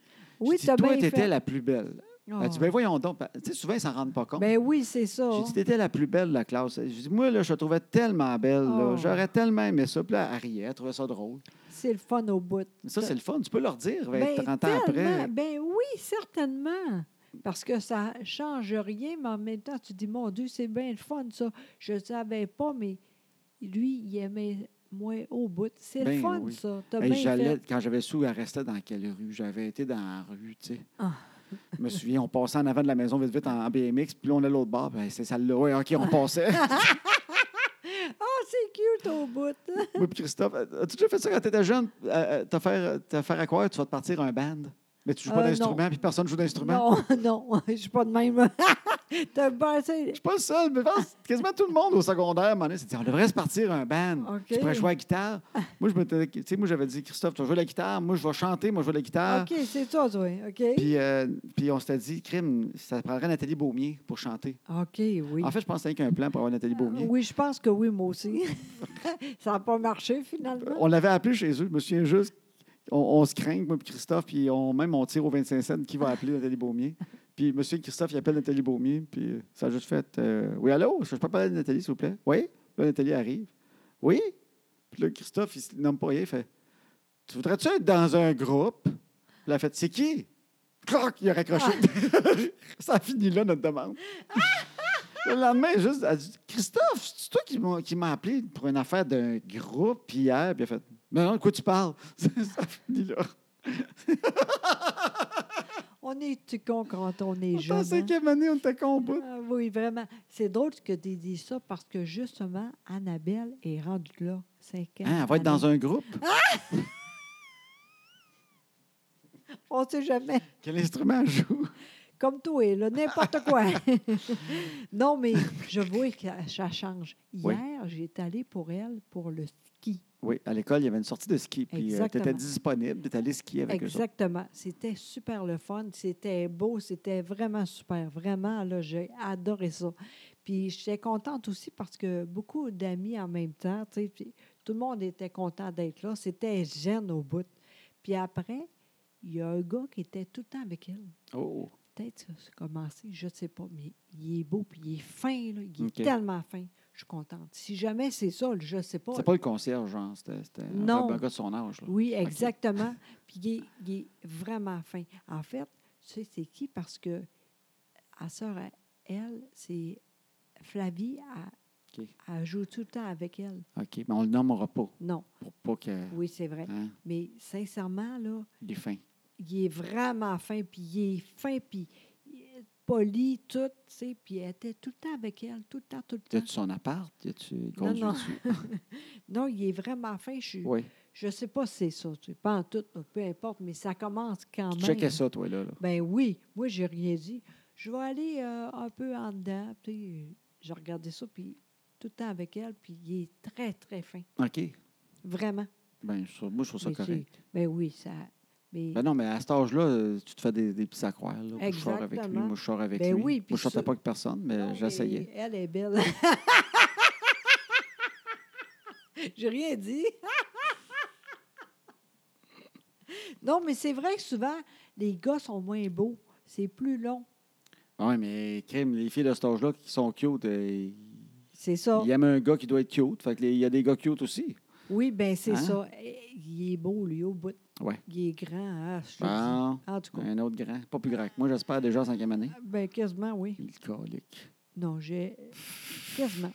Speaker 2: Oui,
Speaker 1: j'ai dit,
Speaker 2: t'as
Speaker 1: toi,
Speaker 2: bien
Speaker 1: t'étais
Speaker 2: fait.
Speaker 1: la plus belle.
Speaker 2: Oh.
Speaker 1: Elle dit, ben voyons donc, tu sais, souvent, ils s'en rendent pas compte.
Speaker 2: Ben oui, c'est ça.
Speaker 1: J'ai dit, t'étais la plus belle de la classe. J'ai dit, moi, là, je la trouvais tellement belle. là.
Speaker 2: Oh.
Speaker 1: J'aurais tellement aimé ça. Puis là, elle riait, elle trouvait ça drôle.
Speaker 2: C'est le fun au bout.
Speaker 1: Mais ça, c'est le fun. Tu peux leur dire 20,
Speaker 2: Ben,
Speaker 1: 30 ans
Speaker 2: tellement.
Speaker 1: après.
Speaker 2: Ben oui, certainement. Parce que ça change rien, mais en même temps, tu dis, mon Dieu, c'est bien le fun, ça. Je ne savais pas, mais lui, il aimait moins au bout. C'est
Speaker 1: Ben
Speaker 2: le fun,
Speaker 1: oui.
Speaker 2: ça. T'as
Speaker 1: Hey,
Speaker 2: bien
Speaker 1: j'allais-
Speaker 2: fait.
Speaker 1: quand j'avais su, elle restait dans quelle rue? J'avais été dans la rue, tu sais.
Speaker 2: Ah.
Speaker 1: Je me souviens, on passait en avant de la maison vite, vite en, en BMX, puis là, on allait à l'autre bord. Ben, c'est celle-là. Oui, OK, on
Speaker 2: (laughs)
Speaker 1: passait.
Speaker 2: Ah, c'est cute au bout.
Speaker 1: Moi, puis Christophe, as-tu déjà fait ça quand t'étais jeune? Euh, euh, T'as faire, t'as faire à quoi? Tu vas te partir un band? Mais tu joues pas
Speaker 2: Euh,
Speaker 1: d'instrument, puis personne joue d'instrument.
Speaker 2: Non, non, (laughs) je suis pas de même. (laughs) T'as passé.
Speaker 1: Je suis pas le seul, mais je pense que quasiment tout le monde au secondaire, à un moment donné, s'est dit, on devrait se partir un band.
Speaker 2: OK.
Speaker 1: Tu pourrais jouer à la guitare. Moi, je m'étais- tu sais, moi, j'avais dit, Christophe, tu vas jouer à la guitare. Moi, je vais chanter. Moi, je vais la guitare.
Speaker 2: OK, c'est toi, toi. OK.
Speaker 1: Ah. Puis, euh, puis on s'était dit, crime, ça prendrait Nathalie Beaumier pour chanter.
Speaker 2: OK, oui. Ah,
Speaker 1: En fait, je pense qu'il y a un plan pour avoir Nathalie Beaumier.
Speaker 2: oui, je pense que oui, moi aussi. (laughs) ça n'a pas marché, finalement.
Speaker 1: Ben, On l'avait appelé chez eux. Je me souviens juste, on, on se craint, moi et Christophe, puis on, même on tire au 25 cents qui va appeler Nathalie Beaumier. Puis je me souviens que Christophe, il appelle Nathalie Beaumier, puis euh, ça a juste fait euh, Oui, allô, je peux parler de Nathalie, s'il vous plaît? Oui. Là, Nathalie arrive. Oui. Puis là, Christophe, il se nomme pas rien, il fait Tu voudrais-tu être dans un groupe? Puis elle a fait C'est qui? Croc, il a raccroché. (laughs) ça a fini là, notre demande. Le lendemain, juste, elle dit Christophe, c'est toi qui m'as- qui m'as appelé pour une affaire d'un groupe hier. Puis elle a fait Non, non, de quoi tu parles (laughs) Ça finit là.
Speaker 2: On est con quand on est
Speaker 1: En
Speaker 2: jeune. hein?
Speaker 1: cinquième année, on était combat.
Speaker 2: Ah oui, vraiment. C'est drôle que tu dis ça parce que justement, Annabelle est rendue là. Cinq ans.
Speaker 1: Hein, elle va être dans un groupe.
Speaker 2: Ah! On ne sait jamais.
Speaker 1: Quel instrument elle joue
Speaker 2: Comme tout est là, n'importe
Speaker 1: (laughs)
Speaker 2: quoi. non, mais je vois que ça change.
Speaker 1: Oui.
Speaker 2: Hier, j'étais allée pour elle pour le ski.
Speaker 1: Oui, à l'école, il y avait une sortie de ski. Puis tu étais
Speaker 2: Exactement.
Speaker 1: disponible, tu étais allé skier avec eux autres.
Speaker 2: Exactement. C'était super le fun. C'était beau. C'était vraiment super. Vraiment, là, j'ai adoré ça. Puis j'étais contente aussi parce que beaucoup d'amis en même temps, tu sais, puis tout le monde était content d'être là. C'était gêne au bout. Puis après, il y a un gars qui était tout le temps avec elle.
Speaker 1: Oh,
Speaker 2: Peut-être ça a commencé, je ne sais pas, mais il est beau, puis il est fin, là. Il est
Speaker 1: OK.
Speaker 2: tellement fin. Je suis contente. Si jamais c'est ça, je ne sais pas.
Speaker 1: c'est pas le concierge, genre. C'était c'était un
Speaker 2: Non.
Speaker 1: un gars de son âge. là.
Speaker 2: Oui, exactement. Puis il est, il est vraiment fin. En fait, tu sais, c'est qui? Parce que à sœur, à elle, c'est Flavie, elle,
Speaker 1: OK.
Speaker 2: elle joue tout le temps avec elle.
Speaker 1: OK, mais on le nommera pas
Speaker 2: Non,
Speaker 1: pour pas que.
Speaker 2: oui, c'est vrai.
Speaker 1: hein,
Speaker 2: Mais sincèrement, là,
Speaker 1: il est fin.
Speaker 2: il est vraiment fin, puis il est fin, puis il est poli, tout, tu sais, puis elle était tout le temps avec elle, tout le temps, tout le
Speaker 1: Y
Speaker 2: temps.
Speaker 1: a-tu son appart Y a-tu. il
Speaker 2: Non, non.
Speaker 1: conduit-tu?
Speaker 2: Non, il est vraiment fin. Je ne
Speaker 1: Oui.
Speaker 2: sais pas si c'est ça, tu sais, pas en tout, peu importe, mais ça commence (laughs) quand
Speaker 1: Tu
Speaker 2: même.
Speaker 1: checkais ça, toi, là. là.
Speaker 2: Ben oui, moi, j'ai rien dit. Je vais aller euh, un peu en dedans. Puis, euh, j'ai regardé ça, puis tout le temps avec elle, puis il est très, très fin.
Speaker 1: OK.
Speaker 2: Vraiment.
Speaker 1: Ben, je trouve- moi, je trouve ça
Speaker 2: Mais c'est-
Speaker 1: correct.
Speaker 2: Ben oui, ça. Mais,
Speaker 1: Ben non, mais à cet âge-là, euh, tu te fais des, des petits accroires. Là. Moi, je sors avec lui,
Speaker 2: Exactement.
Speaker 1: moi, je sors avec
Speaker 2: Ben
Speaker 1: lui.
Speaker 2: oui,
Speaker 1: moi,
Speaker 2: puis
Speaker 1: je sortais
Speaker 2: ça-
Speaker 1: pas avec personne, mais
Speaker 2: Non,
Speaker 1: j'essayais.
Speaker 2: mais Elle est belle. (laughs) j'ai rien dit. (laughs) non, mais c'est vrai que souvent, les gars sont moins beaux. C'est plus long.
Speaker 1: Oui, mais crime, les filles de cet âge-là qui sont cute, euh,
Speaker 2: C'est ça.
Speaker 1: ils aiment un gars qui doit être cute. Fait que les- il y a des gars cute aussi.
Speaker 2: Oui, ben c'est
Speaker 1: Hein?
Speaker 2: ça. Eh, Il est beau, lui, au bout.
Speaker 1: Ouais.
Speaker 2: Il est grand, hein, je te le
Speaker 1: Bon,
Speaker 2: dis. En tout cas,
Speaker 1: un autre grand. Pas plus grand que moi, j'espère, déjà en cinquième année.
Speaker 2: ben quasiment, oui.
Speaker 1: Il est (laughs) colique.
Speaker 2: Non, j'ai... Quasiment.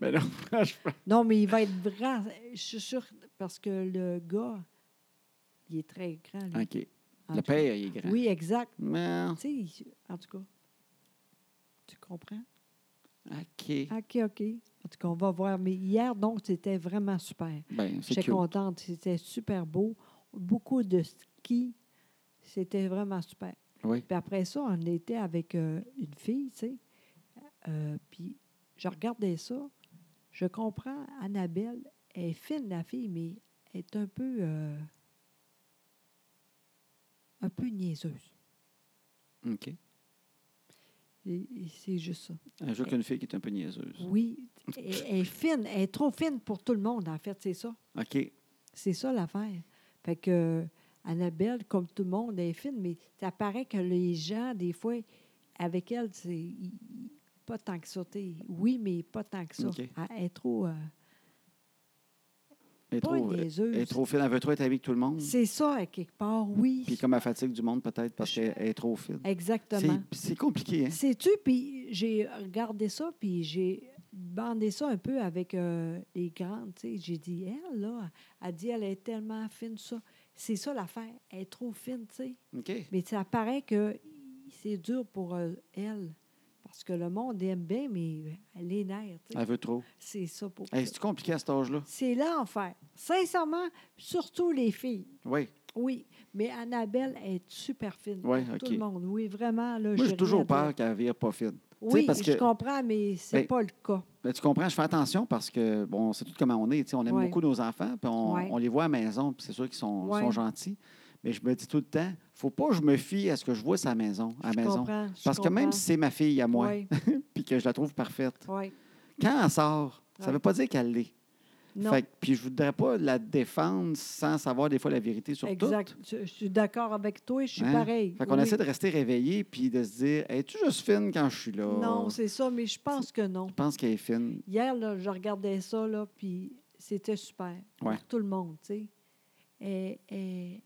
Speaker 1: Ben non, franchement.
Speaker 2: Non, mais il va être grand, je suis sûre, parce que le gars, il est très grand, lui.
Speaker 1: OK. Le
Speaker 2: en tout cas.
Speaker 1: père, hein. il est grand.
Speaker 2: Oui, exact.
Speaker 1: Mais,
Speaker 2: Tu sais, il- en tout cas, tu comprends?
Speaker 1: OK.
Speaker 2: OK, OK. En tout cas, on va voir. Mais hier, donc, c'était vraiment super.
Speaker 1: Ben, c'est
Speaker 2: J'étais
Speaker 1: cute.
Speaker 2: contente. C'était super beau. Beaucoup de ski. C'était vraiment super.
Speaker 1: Oui.
Speaker 2: Puis après ça, on était avec euh, une fille, tu sais. Euh, puis je regardais ça. Je comprends, Annabelle, elle est fine, la fille, mais elle est un peu. euh, un peu niaiseuse.
Speaker 1: OK.
Speaker 2: Et- et C'est juste ça.
Speaker 1: Un jour qu'une fille qui est un peu niaiseuse.
Speaker 2: Oui, elle, elle est fine. Elle est trop fine pour tout le monde, en fait, c'est ça.
Speaker 1: OK.
Speaker 2: C'est ça l'affaire. Fait que euh, Annabelle, comme tout le monde, elle est fine, mais ça paraît que les gens, des fois, avec elle, c'est ils- ils- pas tant que ça. t'sais. Oui, mais pas tant que ça.
Speaker 1: OK.
Speaker 2: Elle, elle est trop. euh,
Speaker 1: Elle est
Speaker 2: pas
Speaker 1: trop, euh, elle
Speaker 2: niaiseuse.
Speaker 1: est trop fine. Elle veut trop être avec tout le monde.
Speaker 2: C'est ça, à quelque part, oui.
Speaker 1: Puis comme elle fatigue du monde, peut-être, parce qu'elle elle est trop fine.
Speaker 2: Exactement.
Speaker 1: C'est- C'est compliqué, hein?
Speaker 2: Sais-tu, puis j'ai regardé ça, puis j'ai bandé ça un peu avec euh, les grandes, tu sais. J'ai dit, elle, là, elle dit, elle est tellement fine, ça. C'est ça l'affaire. Elle est trop fine, tu sais.
Speaker 1: OK.
Speaker 2: Mais ça paraît que c'est dur pour euh, elle. Parce que le monde aime bien, mais euh, elle est nerfs. tu sais.
Speaker 1: Elle veut trop.
Speaker 2: C'est ça pour
Speaker 1: Hey, C'est compliqué à cet âge-là.
Speaker 2: C'est l'enfer. Sincèrement, surtout les filles.
Speaker 1: Oui.
Speaker 2: Oui, mais Annabelle est super fine.
Speaker 1: Ouais,
Speaker 2: pour
Speaker 1: OK.
Speaker 2: Tout le monde, oui, vraiment. Là,
Speaker 1: Moi, j'ai
Speaker 2: rien à
Speaker 1: toujours
Speaker 2: dire.
Speaker 1: peur qu'elle vire pas fine. Tu sais,
Speaker 2: Oui,
Speaker 1: parce
Speaker 2: je
Speaker 1: que-
Speaker 2: comprends, mais c'est
Speaker 1: Ben,
Speaker 2: pas le cas.
Speaker 1: Ben, tu comprends, je fais attention parce que, bon, c'est tout comment on est. tu sais, On aime
Speaker 2: Ouais.
Speaker 1: beaucoup nos enfants, puis on,
Speaker 2: Ouais.
Speaker 1: on les voit à la maison, puis c'est sûr qu'ils sont,
Speaker 2: Ouais.
Speaker 1: sont gentils. Mais je me dis tout le temps, faut pas que je me fie à ce que je vois à la maison. À la
Speaker 2: Je
Speaker 1: maison.
Speaker 2: comprends. je
Speaker 1: Parce que même
Speaker 2: comprends.
Speaker 1: si c'est ma fille à moi,
Speaker 2: Oui,
Speaker 1: puis que je la trouve parfaite, (laughs)
Speaker 2: oui.
Speaker 1: quand elle sort, ça
Speaker 2: Ouais.
Speaker 1: veut pas dire qu'elle l'est.
Speaker 2: Non,
Speaker 1: Fait que- puis je voudrais pas la défendre sans savoir des fois la vérité sur
Speaker 2: exact.
Speaker 1: tout.
Speaker 2: Je, je suis d'accord avec toi et je suis
Speaker 1: Hein?
Speaker 2: pareil.
Speaker 1: Fait qu'on
Speaker 2: oui.
Speaker 1: essaie de rester réveillé puis de se dire, es-tu juste fine quand je suis là?
Speaker 2: Non, c'est ça, mais je pense que non.
Speaker 1: Je pense qu'elle est fine.
Speaker 2: Hier, là, je regardais ça, là, puis c'était super. Pour
Speaker 1: Ouais.
Speaker 2: tout le monde, tu sais. Elle elle-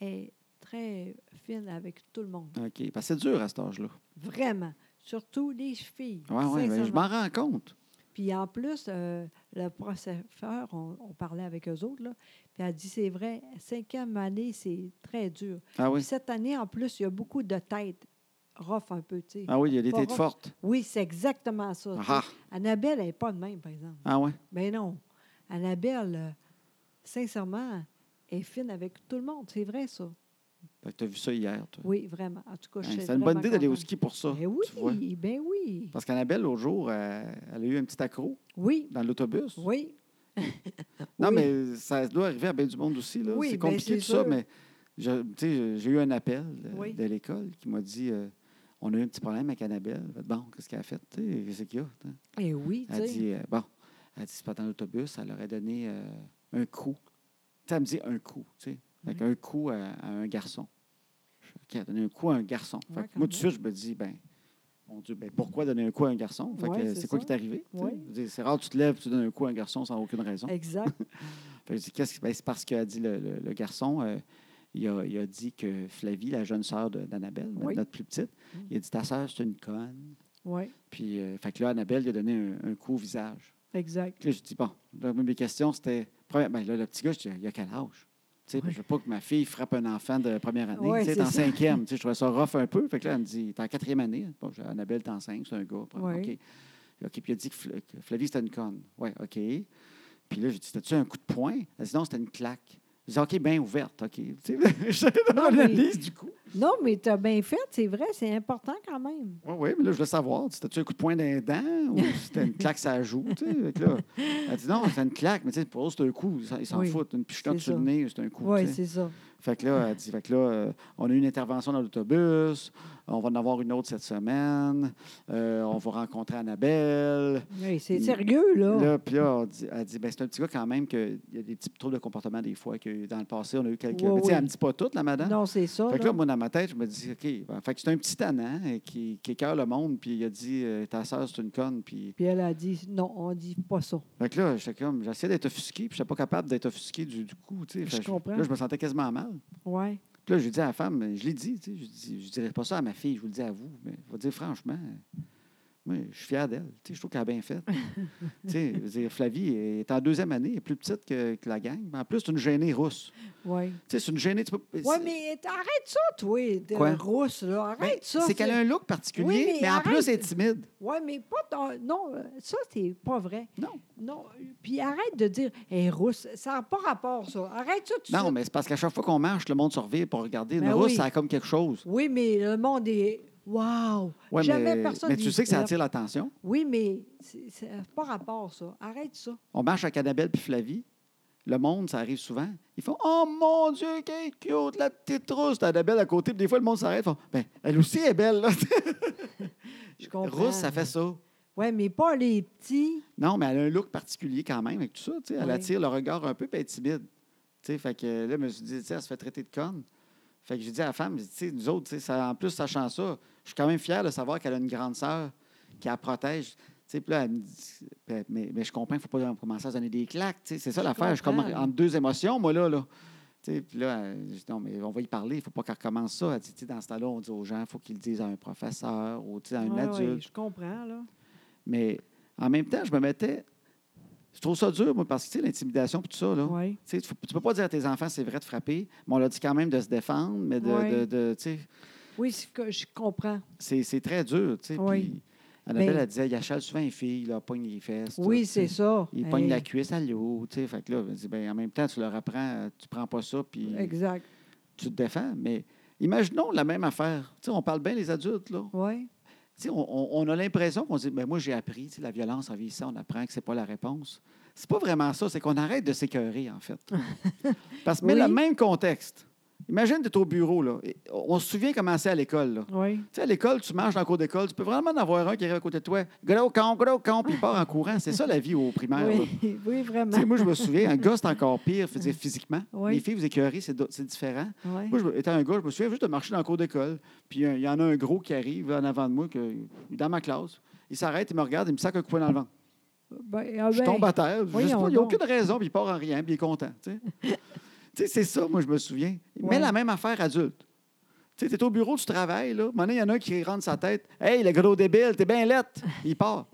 Speaker 2: elle est très fine avec tout le monde.
Speaker 1: OK. Parce que c'est dur à cet âge-là.
Speaker 2: Vraiment. Surtout les filles.
Speaker 1: Oui, oui. ben, je
Speaker 2: sincèrement.
Speaker 1: m'en rends compte.
Speaker 2: Puis en plus, euh, le professeur, on, on parlait avec eux autres, là, puis elle dit c'est vrai, cinquième année, c'est très dur.
Speaker 1: Ah
Speaker 2: Puis
Speaker 1: oui.
Speaker 2: Cette année, en plus, il y a beaucoup de têtes rough un peu, tu sais.
Speaker 1: Ah oui, il y a des
Speaker 2: Pas
Speaker 1: têtes
Speaker 2: rough.
Speaker 1: fortes.
Speaker 2: Oui, c'est exactement ça. tu sais.
Speaker 1: Ah,
Speaker 2: Annabelle, elle n'est pas de même, par exemple.
Speaker 1: ah oui.
Speaker 2: Ben non. Annabelle, euh, sincèrement, est fine avec tout le monde. C'est vrai, ça.
Speaker 1: Fait que tu as vu ça hier, toi.
Speaker 2: Oui, vraiment. En tout cas, je
Speaker 1: Hein,
Speaker 2: suis
Speaker 1: c'est une bonne
Speaker 2: vraiment
Speaker 1: idée d'aller au
Speaker 2: contente.
Speaker 1: ski pour ça.
Speaker 2: Ben
Speaker 1: tu vois.
Speaker 2: oui, ben oui.
Speaker 1: Parce qu'Annabelle, l'autre jour, euh, elle a eu un petit accro
Speaker 2: Oui,
Speaker 1: dans l'autobus.
Speaker 2: oui.
Speaker 1: Non,
Speaker 2: Oui.
Speaker 1: mais ça doit arriver à bien du monde aussi. là.
Speaker 2: Oui,
Speaker 1: c'est
Speaker 2: ben,
Speaker 1: compliqué
Speaker 2: c'est
Speaker 1: tout ça,
Speaker 2: sûr.
Speaker 1: mais je- tu sais, j'ai eu un appel euh,
Speaker 2: Oui.
Speaker 1: de l'école qui m'a dit euh, on a eu un petit problème avec Annabelle. Fait, Bon, qu'est-ce qu'elle a fait? tu sais, Qu'est-ce qu'il y a? tu sais?
Speaker 2: Et oui, tu
Speaker 1: Elle
Speaker 2: sais.
Speaker 1: dit euh, Bon, elle dit c'est pas dans l'autobus, elle aurait donné euh, un coup. Tu sais, elle me dit un coup, tu sais. Fait qu'un coup à, à un garçon. Je fais, OK, elle a donné un coup à un garçon. Fait
Speaker 2: Ouais,
Speaker 1: que
Speaker 2: quand
Speaker 1: moi, tout de
Speaker 2: même.
Speaker 1: suite, je me dis ben, mon Dieu, ben, pourquoi donner un coup à un garçon? Fait que,
Speaker 2: Ouais,
Speaker 1: euh,
Speaker 2: c'est
Speaker 1: c'est quoi
Speaker 2: ça.
Speaker 1: qui t'est arrivé? tu sais?
Speaker 2: Ouais.
Speaker 1: Je veux dire, C'est rare que tu te lèves, tu donnes un coup à un garçon sans aucune raison. (laughs)
Speaker 2: Exact.
Speaker 1: Fait que je dis, qu'est-ce que- ben, c'est parce qu'a dit le, le- le garçon, euh, il, a, il a dit que Flavie, la jeune sœur de- d'Annabelle, notre-
Speaker 2: Oui.
Speaker 1: notre plus petite, il a dit ta sœur, c'est une conne.
Speaker 2: oui,
Speaker 1: Puis, euh, fait que là, Annabelle lui a donné un, un coup au visage.
Speaker 2: exact.
Speaker 1: Puis là, je dis, bon, là, mes questions, c'était. Première, ben, là, le petit gars, je dis, il a quel âge? Tu sais, parce que Je ne veux pas que ma fille frappe un enfant de première année.
Speaker 2: Ouais,
Speaker 1: tu sais,
Speaker 2: c'est
Speaker 1: t'es en
Speaker 2: ça. (laughs)
Speaker 1: cinquième. Tu sais, Je trouvais ça rough un peu. Fait que là, elle me dit, t'es en quatrième année. hein? Bon, je dis, Annabelle, t'es en cinq, c'est un gars.
Speaker 2: Ouais.
Speaker 1: OK. OK. Puis il a dit que, Fl- que Flavie, c'était une conne. Oui, OK. Puis là, j'ai dit, c'était-tu un coup de poing? Elle dit, non, c'était une claque. Je dis, OK, bien ouverte. OK. Tu sais, (laughs) je dans
Speaker 2: Non, mais-
Speaker 1: l'analyse du coup.
Speaker 2: Non, mais tu as bien fait, c'est vrai, c'est important quand même.
Speaker 1: Oui, oui, mais là, je voulais savoir, c'était-tu un coup de poing d'un dent ou c'était une claque, ça joue? tu sais? Fait que là, elle dit non, c'est une claque, mais tu sais, pour eux, c'est un coup, ils s'en- ils s'en
Speaker 2: Oui,
Speaker 1: foutent. Une pichetotte
Speaker 2: c'est
Speaker 1: sur le
Speaker 2: ça.
Speaker 1: nez, c'est un coup. tu
Speaker 2: Oui,
Speaker 1: sais.
Speaker 2: c'est ça.
Speaker 1: Fait que là, elle dit, fait que là, euh, on a eu une intervention dans l'autobus, on va en avoir une autre cette semaine, euh, on va rencontrer Annabelle.
Speaker 2: Oui, c'est
Speaker 1: Mm.
Speaker 2: sérieux, là.
Speaker 1: Là, puis là, on dit- elle dit, ben, c'est un petit gars quand même qu'il y a des petits troubles de comportement des fois, que dans le passé, on a eu quelques.
Speaker 2: Ouais,
Speaker 1: mais tu sais,
Speaker 2: oui.
Speaker 1: elle me dit pas toutes, la madame.
Speaker 2: Non, c'est ça.
Speaker 1: Fait que
Speaker 2: là.
Speaker 1: là, moi, dans ma tête, je me dis, OK, ben, fait que c'est un petit tannant euh, qui, qui écœure le monde, puis il a dit, euh, ta sœur, c'est une conne. Puis...
Speaker 2: Puis elle a dit, non, on dit pas ça.
Speaker 1: Fait que là, j'étais comme, j'essayais d'être offusqué, puis j'étais pas capable d'être offusqué du, du coup, tu sais.
Speaker 2: Je
Speaker 1: Fait que
Speaker 2: comprends.
Speaker 1: Là, je me sentais quasiment mal.
Speaker 2: Oui,
Speaker 1: Puis là, j'ai dit à la femme, je l'ai dit, tu sais, je, dis, je dirais pas ça à ma fille, je vous le dis à vous, mais je vais dire franchement, euh, moi, je suis fier d'elle, tu sais, je trouve qu'elle a bien
Speaker 2: (laughs)
Speaker 1: fait. tu sais, je veux dire, Flavie est en deuxième année, elle est plus petite que, que la gang, mais en plus, c'est une gênée rousse.
Speaker 2: oui.
Speaker 1: Tu sais, c'est une gênée, tu peux-
Speaker 2: Oui, mais arrête ça, toi, de
Speaker 1: Quoi?
Speaker 2: rousse, là.
Speaker 1: Ben,
Speaker 2: Arrête ça.
Speaker 1: C'est qu'elle a un look particulier,
Speaker 2: Oui, mais
Speaker 1: mais, en
Speaker 2: arrête.
Speaker 1: plus, elle est timide.
Speaker 2: Oui, mais pas ton... Non, euh, ça, c'est pas vrai.
Speaker 1: Non.
Speaker 2: Non. Puis arrête de dire, elle est rousse. Ça n'a pas rapport, ça. Arrête ça, tu
Speaker 1: Non, mais c'est parce qu'à chaque fois qu'on marche, le monde se revient pour regarder. Une
Speaker 2: Ben
Speaker 1: rousse,
Speaker 2: oui.
Speaker 1: ça a comme quelque chose.
Speaker 2: Oui, mais le monde est... Wow!
Speaker 1: Ouais,
Speaker 2: Jamais
Speaker 1: mais,
Speaker 2: personne
Speaker 1: mais tu
Speaker 2: dit-
Speaker 1: sais que ça attire l'attention.
Speaker 2: Oui, mais c'est- ça n'a pas rapport, ça. Arrête ça.
Speaker 1: On marche avec Annabelle puis Flavie. Le monde, ça arrive souvent. Ils font Oh mon Dieu, qu'elle est cute, la petite rousse. T'as Annabelle à côté. Puis des fois, le monde s'arrête. ils font, Ben, elle aussi est belle. là.
Speaker 2: (laughs) Je comprends.
Speaker 1: rousse, ça fait ça.
Speaker 2: Oui, mais pas les petits.
Speaker 1: Non, mais elle a un look particulier quand même avec tout ça. tu sais. Elle
Speaker 2: Oui.
Speaker 1: attire le regard un peu, puis elle est timide. Tu sais, fait que là, je me suis dit, tu sais, elle se fait traiter de conne. Fait que j'ai dit à la femme, j'ai dit, Tu sais, nous autres, tu sais, ça, en plus, sachant ça, je suis quand même fier de savoir qu'elle a une grande sœur qui la protège. Tu sais, puis là, elle me dit, Ben, mais, mais je comprends, il ne faut pas commencer à se donner des claques. tu sais. C'est ça
Speaker 2: Je
Speaker 1: l'affaire. Je suis comme
Speaker 2: comprends.
Speaker 1: entre deux émotions, moi, là. là. Tu sais, Puis là, elle- j'ai dit, non, mais on va y parler, il ne faut pas qu'elle recommence ça. Elle dit, Tu sais, dans ce temps-là, on dit aux gens, il faut qu'ils le disent à un professeur ou tu sais, à un
Speaker 2: Ouais,
Speaker 1: adulte.
Speaker 2: ouais, je comprends, là.
Speaker 1: Mais en même temps, je me mettais. Je trouve ça dur, moi, parce que tu sais, l'intimidation et tout ça, là.
Speaker 2: Oui.
Speaker 1: Tu sais, tu peux- tu peux pas dire à tes enfants c'est vrai de frapper, mais on leur dit quand même de se défendre, mais de.
Speaker 2: Ouais.
Speaker 1: de- de- tu sais,
Speaker 2: Oui, c'est que je comprends.
Speaker 1: c'est, c'est très dur. tu sais,
Speaker 2: Oui.
Speaker 1: puis Annabelle,
Speaker 2: Ben-
Speaker 1: elle disait, il achale souvent les filles, là, pogne les fesses. tout,
Speaker 2: Oui,
Speaker 1: tu
Speaker 2: c'est
Speaker 1: sais.
Speaker 2: ça.
Speaker 1: Il pogne la
Speaker 2: Hey,
Speaker 1: cuisse à l'eau, tu sais. Fait que là, je dis, ben, en même temps, tu leur apprends, euh, tu prends pas ça, puis
Speaker 2: Exact.
Speaker 1: tu te défends. Mais imaginons la même affaire. Tu sais, on parle bien les adultes, là.
Speaker 2: Oui.
Speaker 1: Tu sais, on, on- on a l'impression qu'on dit, ben, moi, j'ai appris, tu sais, la violence en vieillissant, on apprend que c'est pas la réponse. C'est pas vraiment ça, c'est qu'on arrête de s'écœurer, en
Speaker 2: (laughs)
Speaker 1: fait. Parce que, mais
Speaker 2: Oui.
Speaker 1: le même contexte. Imagine, tu es au bureau, là. Et on on se souvient comment c'est à l'école, là.
Speaker 2: Oui.
Speaker 1: Tu sais, à l'école, tu manges dans le cours d'école, tu peux vraiment en avoir un qui arrive à côté de toi. Gros con, gros con, puis il part en courant. C'est ça la vie au primaire. là.
Speaker 2: Oui, (laughs) oui,
Speaker 1: Tu sais,
Speaker 2: vraiment.
Speaker 1: moi, je me souviens, un gars, c'est encore pire, je veux dire, physiquement.
Speaker 2: Oui.
Speaker 1: Les filles, vous écœurez, c'est do- c'est différent.
Speaker 2: Oui.
Speaker 1: Moi, je, me- étant un gars, je me souviens juste de marcher dans le cours d'école, puis un- il y en a un gros qui arrive en avant de moi, que, dans ma classe. Il s'arrête, il me regarde, il me sac un coup de poing dans le ventre.
Speaker 2: Ben, ah
Speaker 1: Je
Speaker 2: ben,
Speaker 1: tombe à terre. Je sais
Speaker 2: voyons
Speaker 1: pas, il n'y a
Speaker 2: donc.
Speaker 1: aucune raison, puis il part en rien, puis il est content. Tu sais. (laughs) Tu sais, c'est ça, moi, je me souviens. Mais
Speaker 2: Ouais.
Speaker 1: la même affaire adulte. Tu es au bureau, tu travailles, là. Maintenant, il y en a un qui rentre sa tête. Hey, le gros débile, t'es bien lettre. Il part.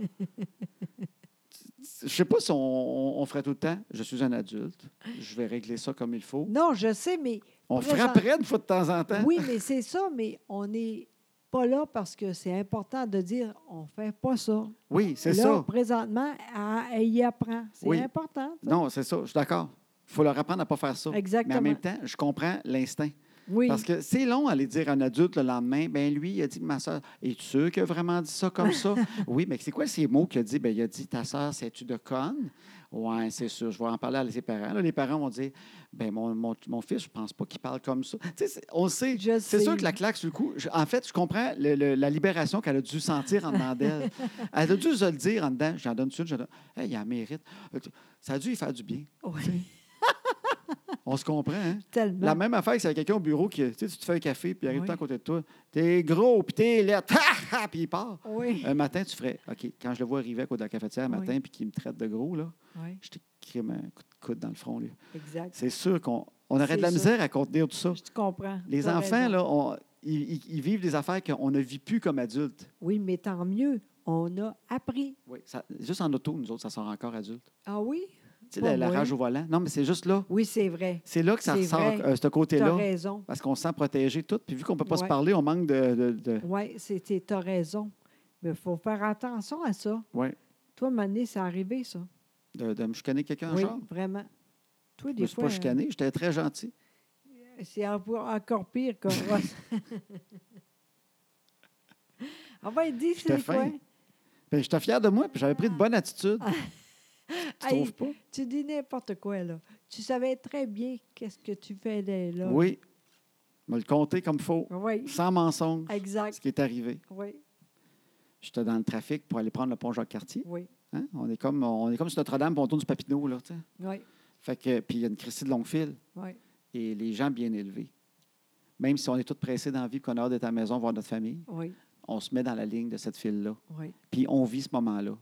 Speaker 1: Je sais pas si on, on- on ferait tout le temps. Je suis un adulte. Je vais régler ça comme il faut.
Speaker 2: ben, Non, je sais, mais
Speaker 1: On
Speaker 2: Présent-
Speaker 1: frapperait une fois de temps en temps.
Speaker 2: oui, mais c'est ça, mais on n'est pas là parce que c'est important de dire on fait pas ça.
Speaker 1: Oui, c'est
Speaker 2: là,
Speaker 1: ça.
Speaker 2: présentement, à- elle y apprend. C'est
Speaker 1: Oui.
Speaker 2: important. ça.
Speaker 1: Non, c'est ça. Je suis d'accord. Il faut leur apprendre à pas faire ça. Mais
Speaker 2: Exactement.
Speaker 1: en même temps, je comprends l'instinct.
Speaker 2: oui.
Speaker 1: Parce que c'est long aller dire à un adulte le lendemain, ben lui, il a dit ma soeur, es-tu sûr qu'il a vraiment dit ça comme
Speaker 2: (laughs)
Speaker 1: ça? oui, mais c'est quoi ces mots qu'il a dit? Ben il a dit ta soeur, c'est-tu de conne? Ouais, c'est sûr, je vais en parler à ses parents. Là, les parents vont dire ben mon, mon, mon fils, je pense pas qu'il parle comme ça. Tu sais, c'est- on sait.
Speaker 2: Je
Speaker 1: C'est
Speaker 2: sais.
Speaker 1: sûr que la claque, sur le coup, je- en fait, je comprends le- le- la libération qu'elle a dû sentir en dedans
Speaker 2: (laughs)
Speaker 1: d'elle. Elle a dû se le dire en dedans, j'en donne une, j'en donne. Hey, il en mérite. Ça a dû lui faire du bien.
Speaker 2: Oui,
Speaker 1: On se comprend, hein?
Speaker 2: (laughs) tellement.
Speaker 1: La même affaire que c'est quelqu'un au bureau qui, tu sais, tu te fais un café, puis il arrive
Speaker 2: Oui.
Speaker 1: tout à côté de toi. T'es gros, puis t'es lettre, ha, ha, puis il part.
Speaker 2: Oui.
Speaker 1: Un matin, tu ferais, OK, quand je le vois arriver à côté de la cafetière un
Speaker 2: Oui.
Speaker 1: matin, puis qu'il me traite de gros, là,
Speaker 2: oui,
Speaker 1: je te crime un coup de coude dans le front, lui.
Speaker 2: exact.
Speaker 1: C'est sûr qu'on on aurait
Speaker 2: C'est
Speaker 1: de la
Speaker 2: sûr.
Speaker 1: misère à contenir tout ça.
Speaker 2: Je te comprends.
Speaker 1: Les
Speaker 2: T'as
Speaker 1: enfants,
Speaker 2: raison.
Speaker 1: là, on- ils, ils- ils vivent des affaires qu'on ne vit plus comme adultes.
Speaker 2: Oui, mais tant mieux. On a appris.
Speaker 1: Oui. Ça- juste en auto, nous autres, ça sort encore adulte.
Speaker 2: Ah oui?
Speaker 1: Tu sais,
Speaker 2: Pas
Speaker 1: la, la
Speaker 2: moi.
Speaker 1: rage au volant. Non, mais c'est juste là.
Speaker 2: Oui, c'est vrai.
Speaker 1: C'est là que ça
Speaker 2: C'est
Speaker 1: ressort,
Speaker 2: vrai.
Speaker 1: euh, ce
Speaker 2: Tu as
Speaker 1: côté-là.
Speaker 2: raison.
Speaker 1: Parce qu'on se sent protégé tout. Puis vu qu'on ne peut pas se
Speaker 2: Ouais.
Speaker 1: parler, on manque de- de- de,
Speaker 2: Oui, tu as raison. Mais il faut faire attention à ça.
Speaker 1: Ouais.
Speaker 2: Toi, Mané, c'est arrivé, ça.
Speaker 1: De, de me chicaner quelqu'un,
Speaker 2: oui,
Speaker 1: genre?
Speaker 2: vraiment. Toi,
Speaker 1: Je me
Speaker 2: des
Speaker 1: suis pas
Speaker 2: fois, euh,
Speaker 1: chicané, j'étais très gentil.
Speaker 2: c'est en- encore pire que (laughs) Ross. On va dire
Speaker 1: J'étais
Speaker 2: Ah c'est quoi.
Speaker 1: fin. Ben, j'étais fier de moi, puis j'avais pris de bonne attitude.
Speaker 2: Ah.
Speaker 1: tu
Speaker 2: Hey,
Speaker 1: trouves pas?
Speaker 2: tu dis n'importe quoi, là. Tu savais très bien qu'est-ce que tu faisais, là.
Speaker 1: Oui. Me le compter comme faux,
Speaker 2: Oui,
Speaker 1: sans mensonge, ce
Speaker 2: exact.
Speaker 1: qui est arrivé.
Speaker 2: Oui,
Speaker 1: J'étais dans le trafic pour aller prendre le pont Jacques-Cartier.
Speaker 2: oui,
Speaker 1: Hein? On, est comme, on est comme sur Notre-Dame, puis on tourne du papineau, là, tu sais.
Speaker 2: oui,
Speaker 1: Fait que, puis il y a une Christie de longue file,
Speaker 2: oui.
Speaker 1: et les gens bien élevés. Même si on est tous pressés dans la vie, qu'on a hâte d'être à la maison, voir notre famille,
Speaker 2: Oui,
Speaker 1: on se met dans la ligne de cette file-là.
Speaker 2: oui,
Speaker 1: Puis on vit ce moment-là.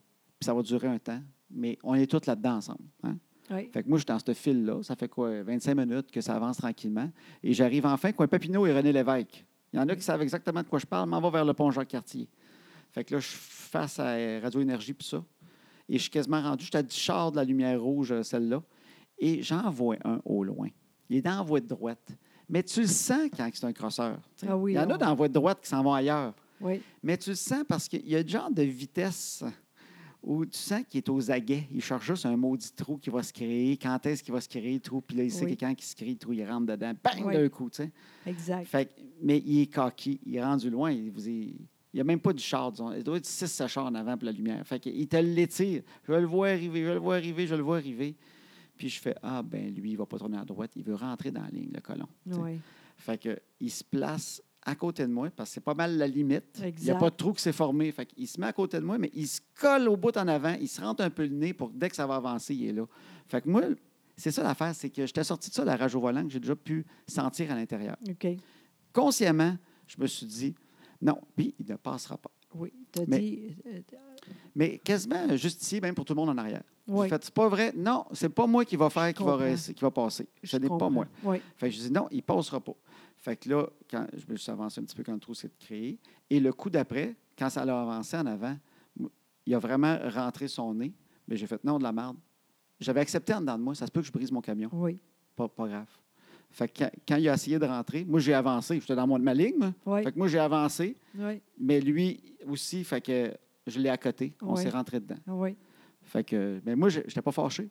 Speaker 1: Puis ça va durer un temps, mais on est tous là-dedans ensemble. hein.
Speaker 2: oui.
Speaker 1: Fait que moi, je suis dans ce fil-là. Ça fait quoi, 25 minutes que ça avance tranquillement. Et j'arrive enfin, coin Papineau et René Lévesque. Il y en a qui savent exactement de quoi je parle, m'en va vers le pont Jacques-Cartier. Fait que là, je suis face à euh, Radio Énergie puis ça. Et je suis quasiment rendu. J'étais à 10 chars de la lumière rouge, euh, celle-là. Et j'en vois un au loin. Il est dans la voie de droite. Mais tu le sens quand c'est un crosseur. tu sais.
Speaker 2: Ah oui,
Speaker 1: Il y en
Speaker 2: on-
Speaker 1: a dans la voie de droite qui s'en vont ailleurs.
Speaker 2: oui.
Speaker 1: Mais tu le sens parce qu'il y a une genre de vitesse où tu sens qu'il est aux aguets. Il cherche juste un maudit trou qui va se créer. Quand est-ce qu'il va se créer le trou? Puis là, il sait
Speaker 2: Oui.
Speaker 1: que quand il se crée le trou, il rentre dedans. Bang!
Speaker 2: Oui.
Speaker 1: D'un coup, tu sais.
Speaker 2: Exact.
Speaker 1: Fait, que- mais il est coquille. Il est rendu loin. Il vous est- il n'y a même pas du char, disons. Il doit être 6 chars en avant pour la lumière. Fait qu'il te l'étire. Je le vois arriver, je le vois arriver, je le vois arriver. Puis je fais, ah ben lui, il va pas tourner à droite. Il veut rentrer dans la ligne, le colon. tu sais.
Speaker 2: Oui.
Speaker 1: Fait que, il se place à côté de moi parce que c'est pas mal la limite. Il n'y a
Speaker 2: Exact.
Speaker 1: pas de trou qui s'est formé. Fait qu'il se met à côté de moi, mais il se colle au bout en avant. Il se rentre un peu le nez pour que dès que ça va avancer, il est là. Fait que moi, c'est ça l'affaire, c'est que j'étais sorti de ça, la rage au volant, que j'ai déjà pu sentir à l'intérieur.
Speaker 2: OK.
Speaker 1: Consciemment, je me suis dit, non, puis il ne passera pas.
Speaker 2: Oui. Tu as
Speaker 1: Mais-
Speaker 2: dit. euh,
Speaker 1: Mais quasiment justifié, même pour tout le monde en arrière.
Speaker 2: oui.
Speaker 1: J'ai fait, c'est pas vrai. Non, c'est pas moi qui va faire, qui va,
Speaker 2: comprends.
Speaker 1: rester- qui va passer. Ce
Speaker 2: je
Speaker 1: n'est pas
Speaker 2: comprends.
Speaker 1: moi.
Speaker 2: Oui.
Speaker 1: Fait que je dis non, il passera pas. Fait que là, quand je me suis avancé un petit peu quand le trou s'est créé. Et le coup d'après, quand ça l'a avancé en avant, m- il a vraiment rentré son nez. Mais j'ai fait non de la merde. J'avais accepté en dedans de moi. Ça se peut que je brise mon camion.
Speaker 2: Oui.
Speaker 1: Pas, pas grave. Fait que quand, quand il a essayé de rentrer, moi j'ai avancé. J'étais dans mon, ma ligne. moi.
Speaker 2: Oui.
Speaker 1: Fait que moi j'ai avancé.
Speaker 2: Oui.
Speaker 1: Mais lui aussi, fait que je l'ai à côté. On
Speaker 2: Ouais.
Speaker 1: s'est rentré dedans.
Speaker 2: Ah Oui,
Speaker 1: Fait que, mais moi, je n'étais pas fâché.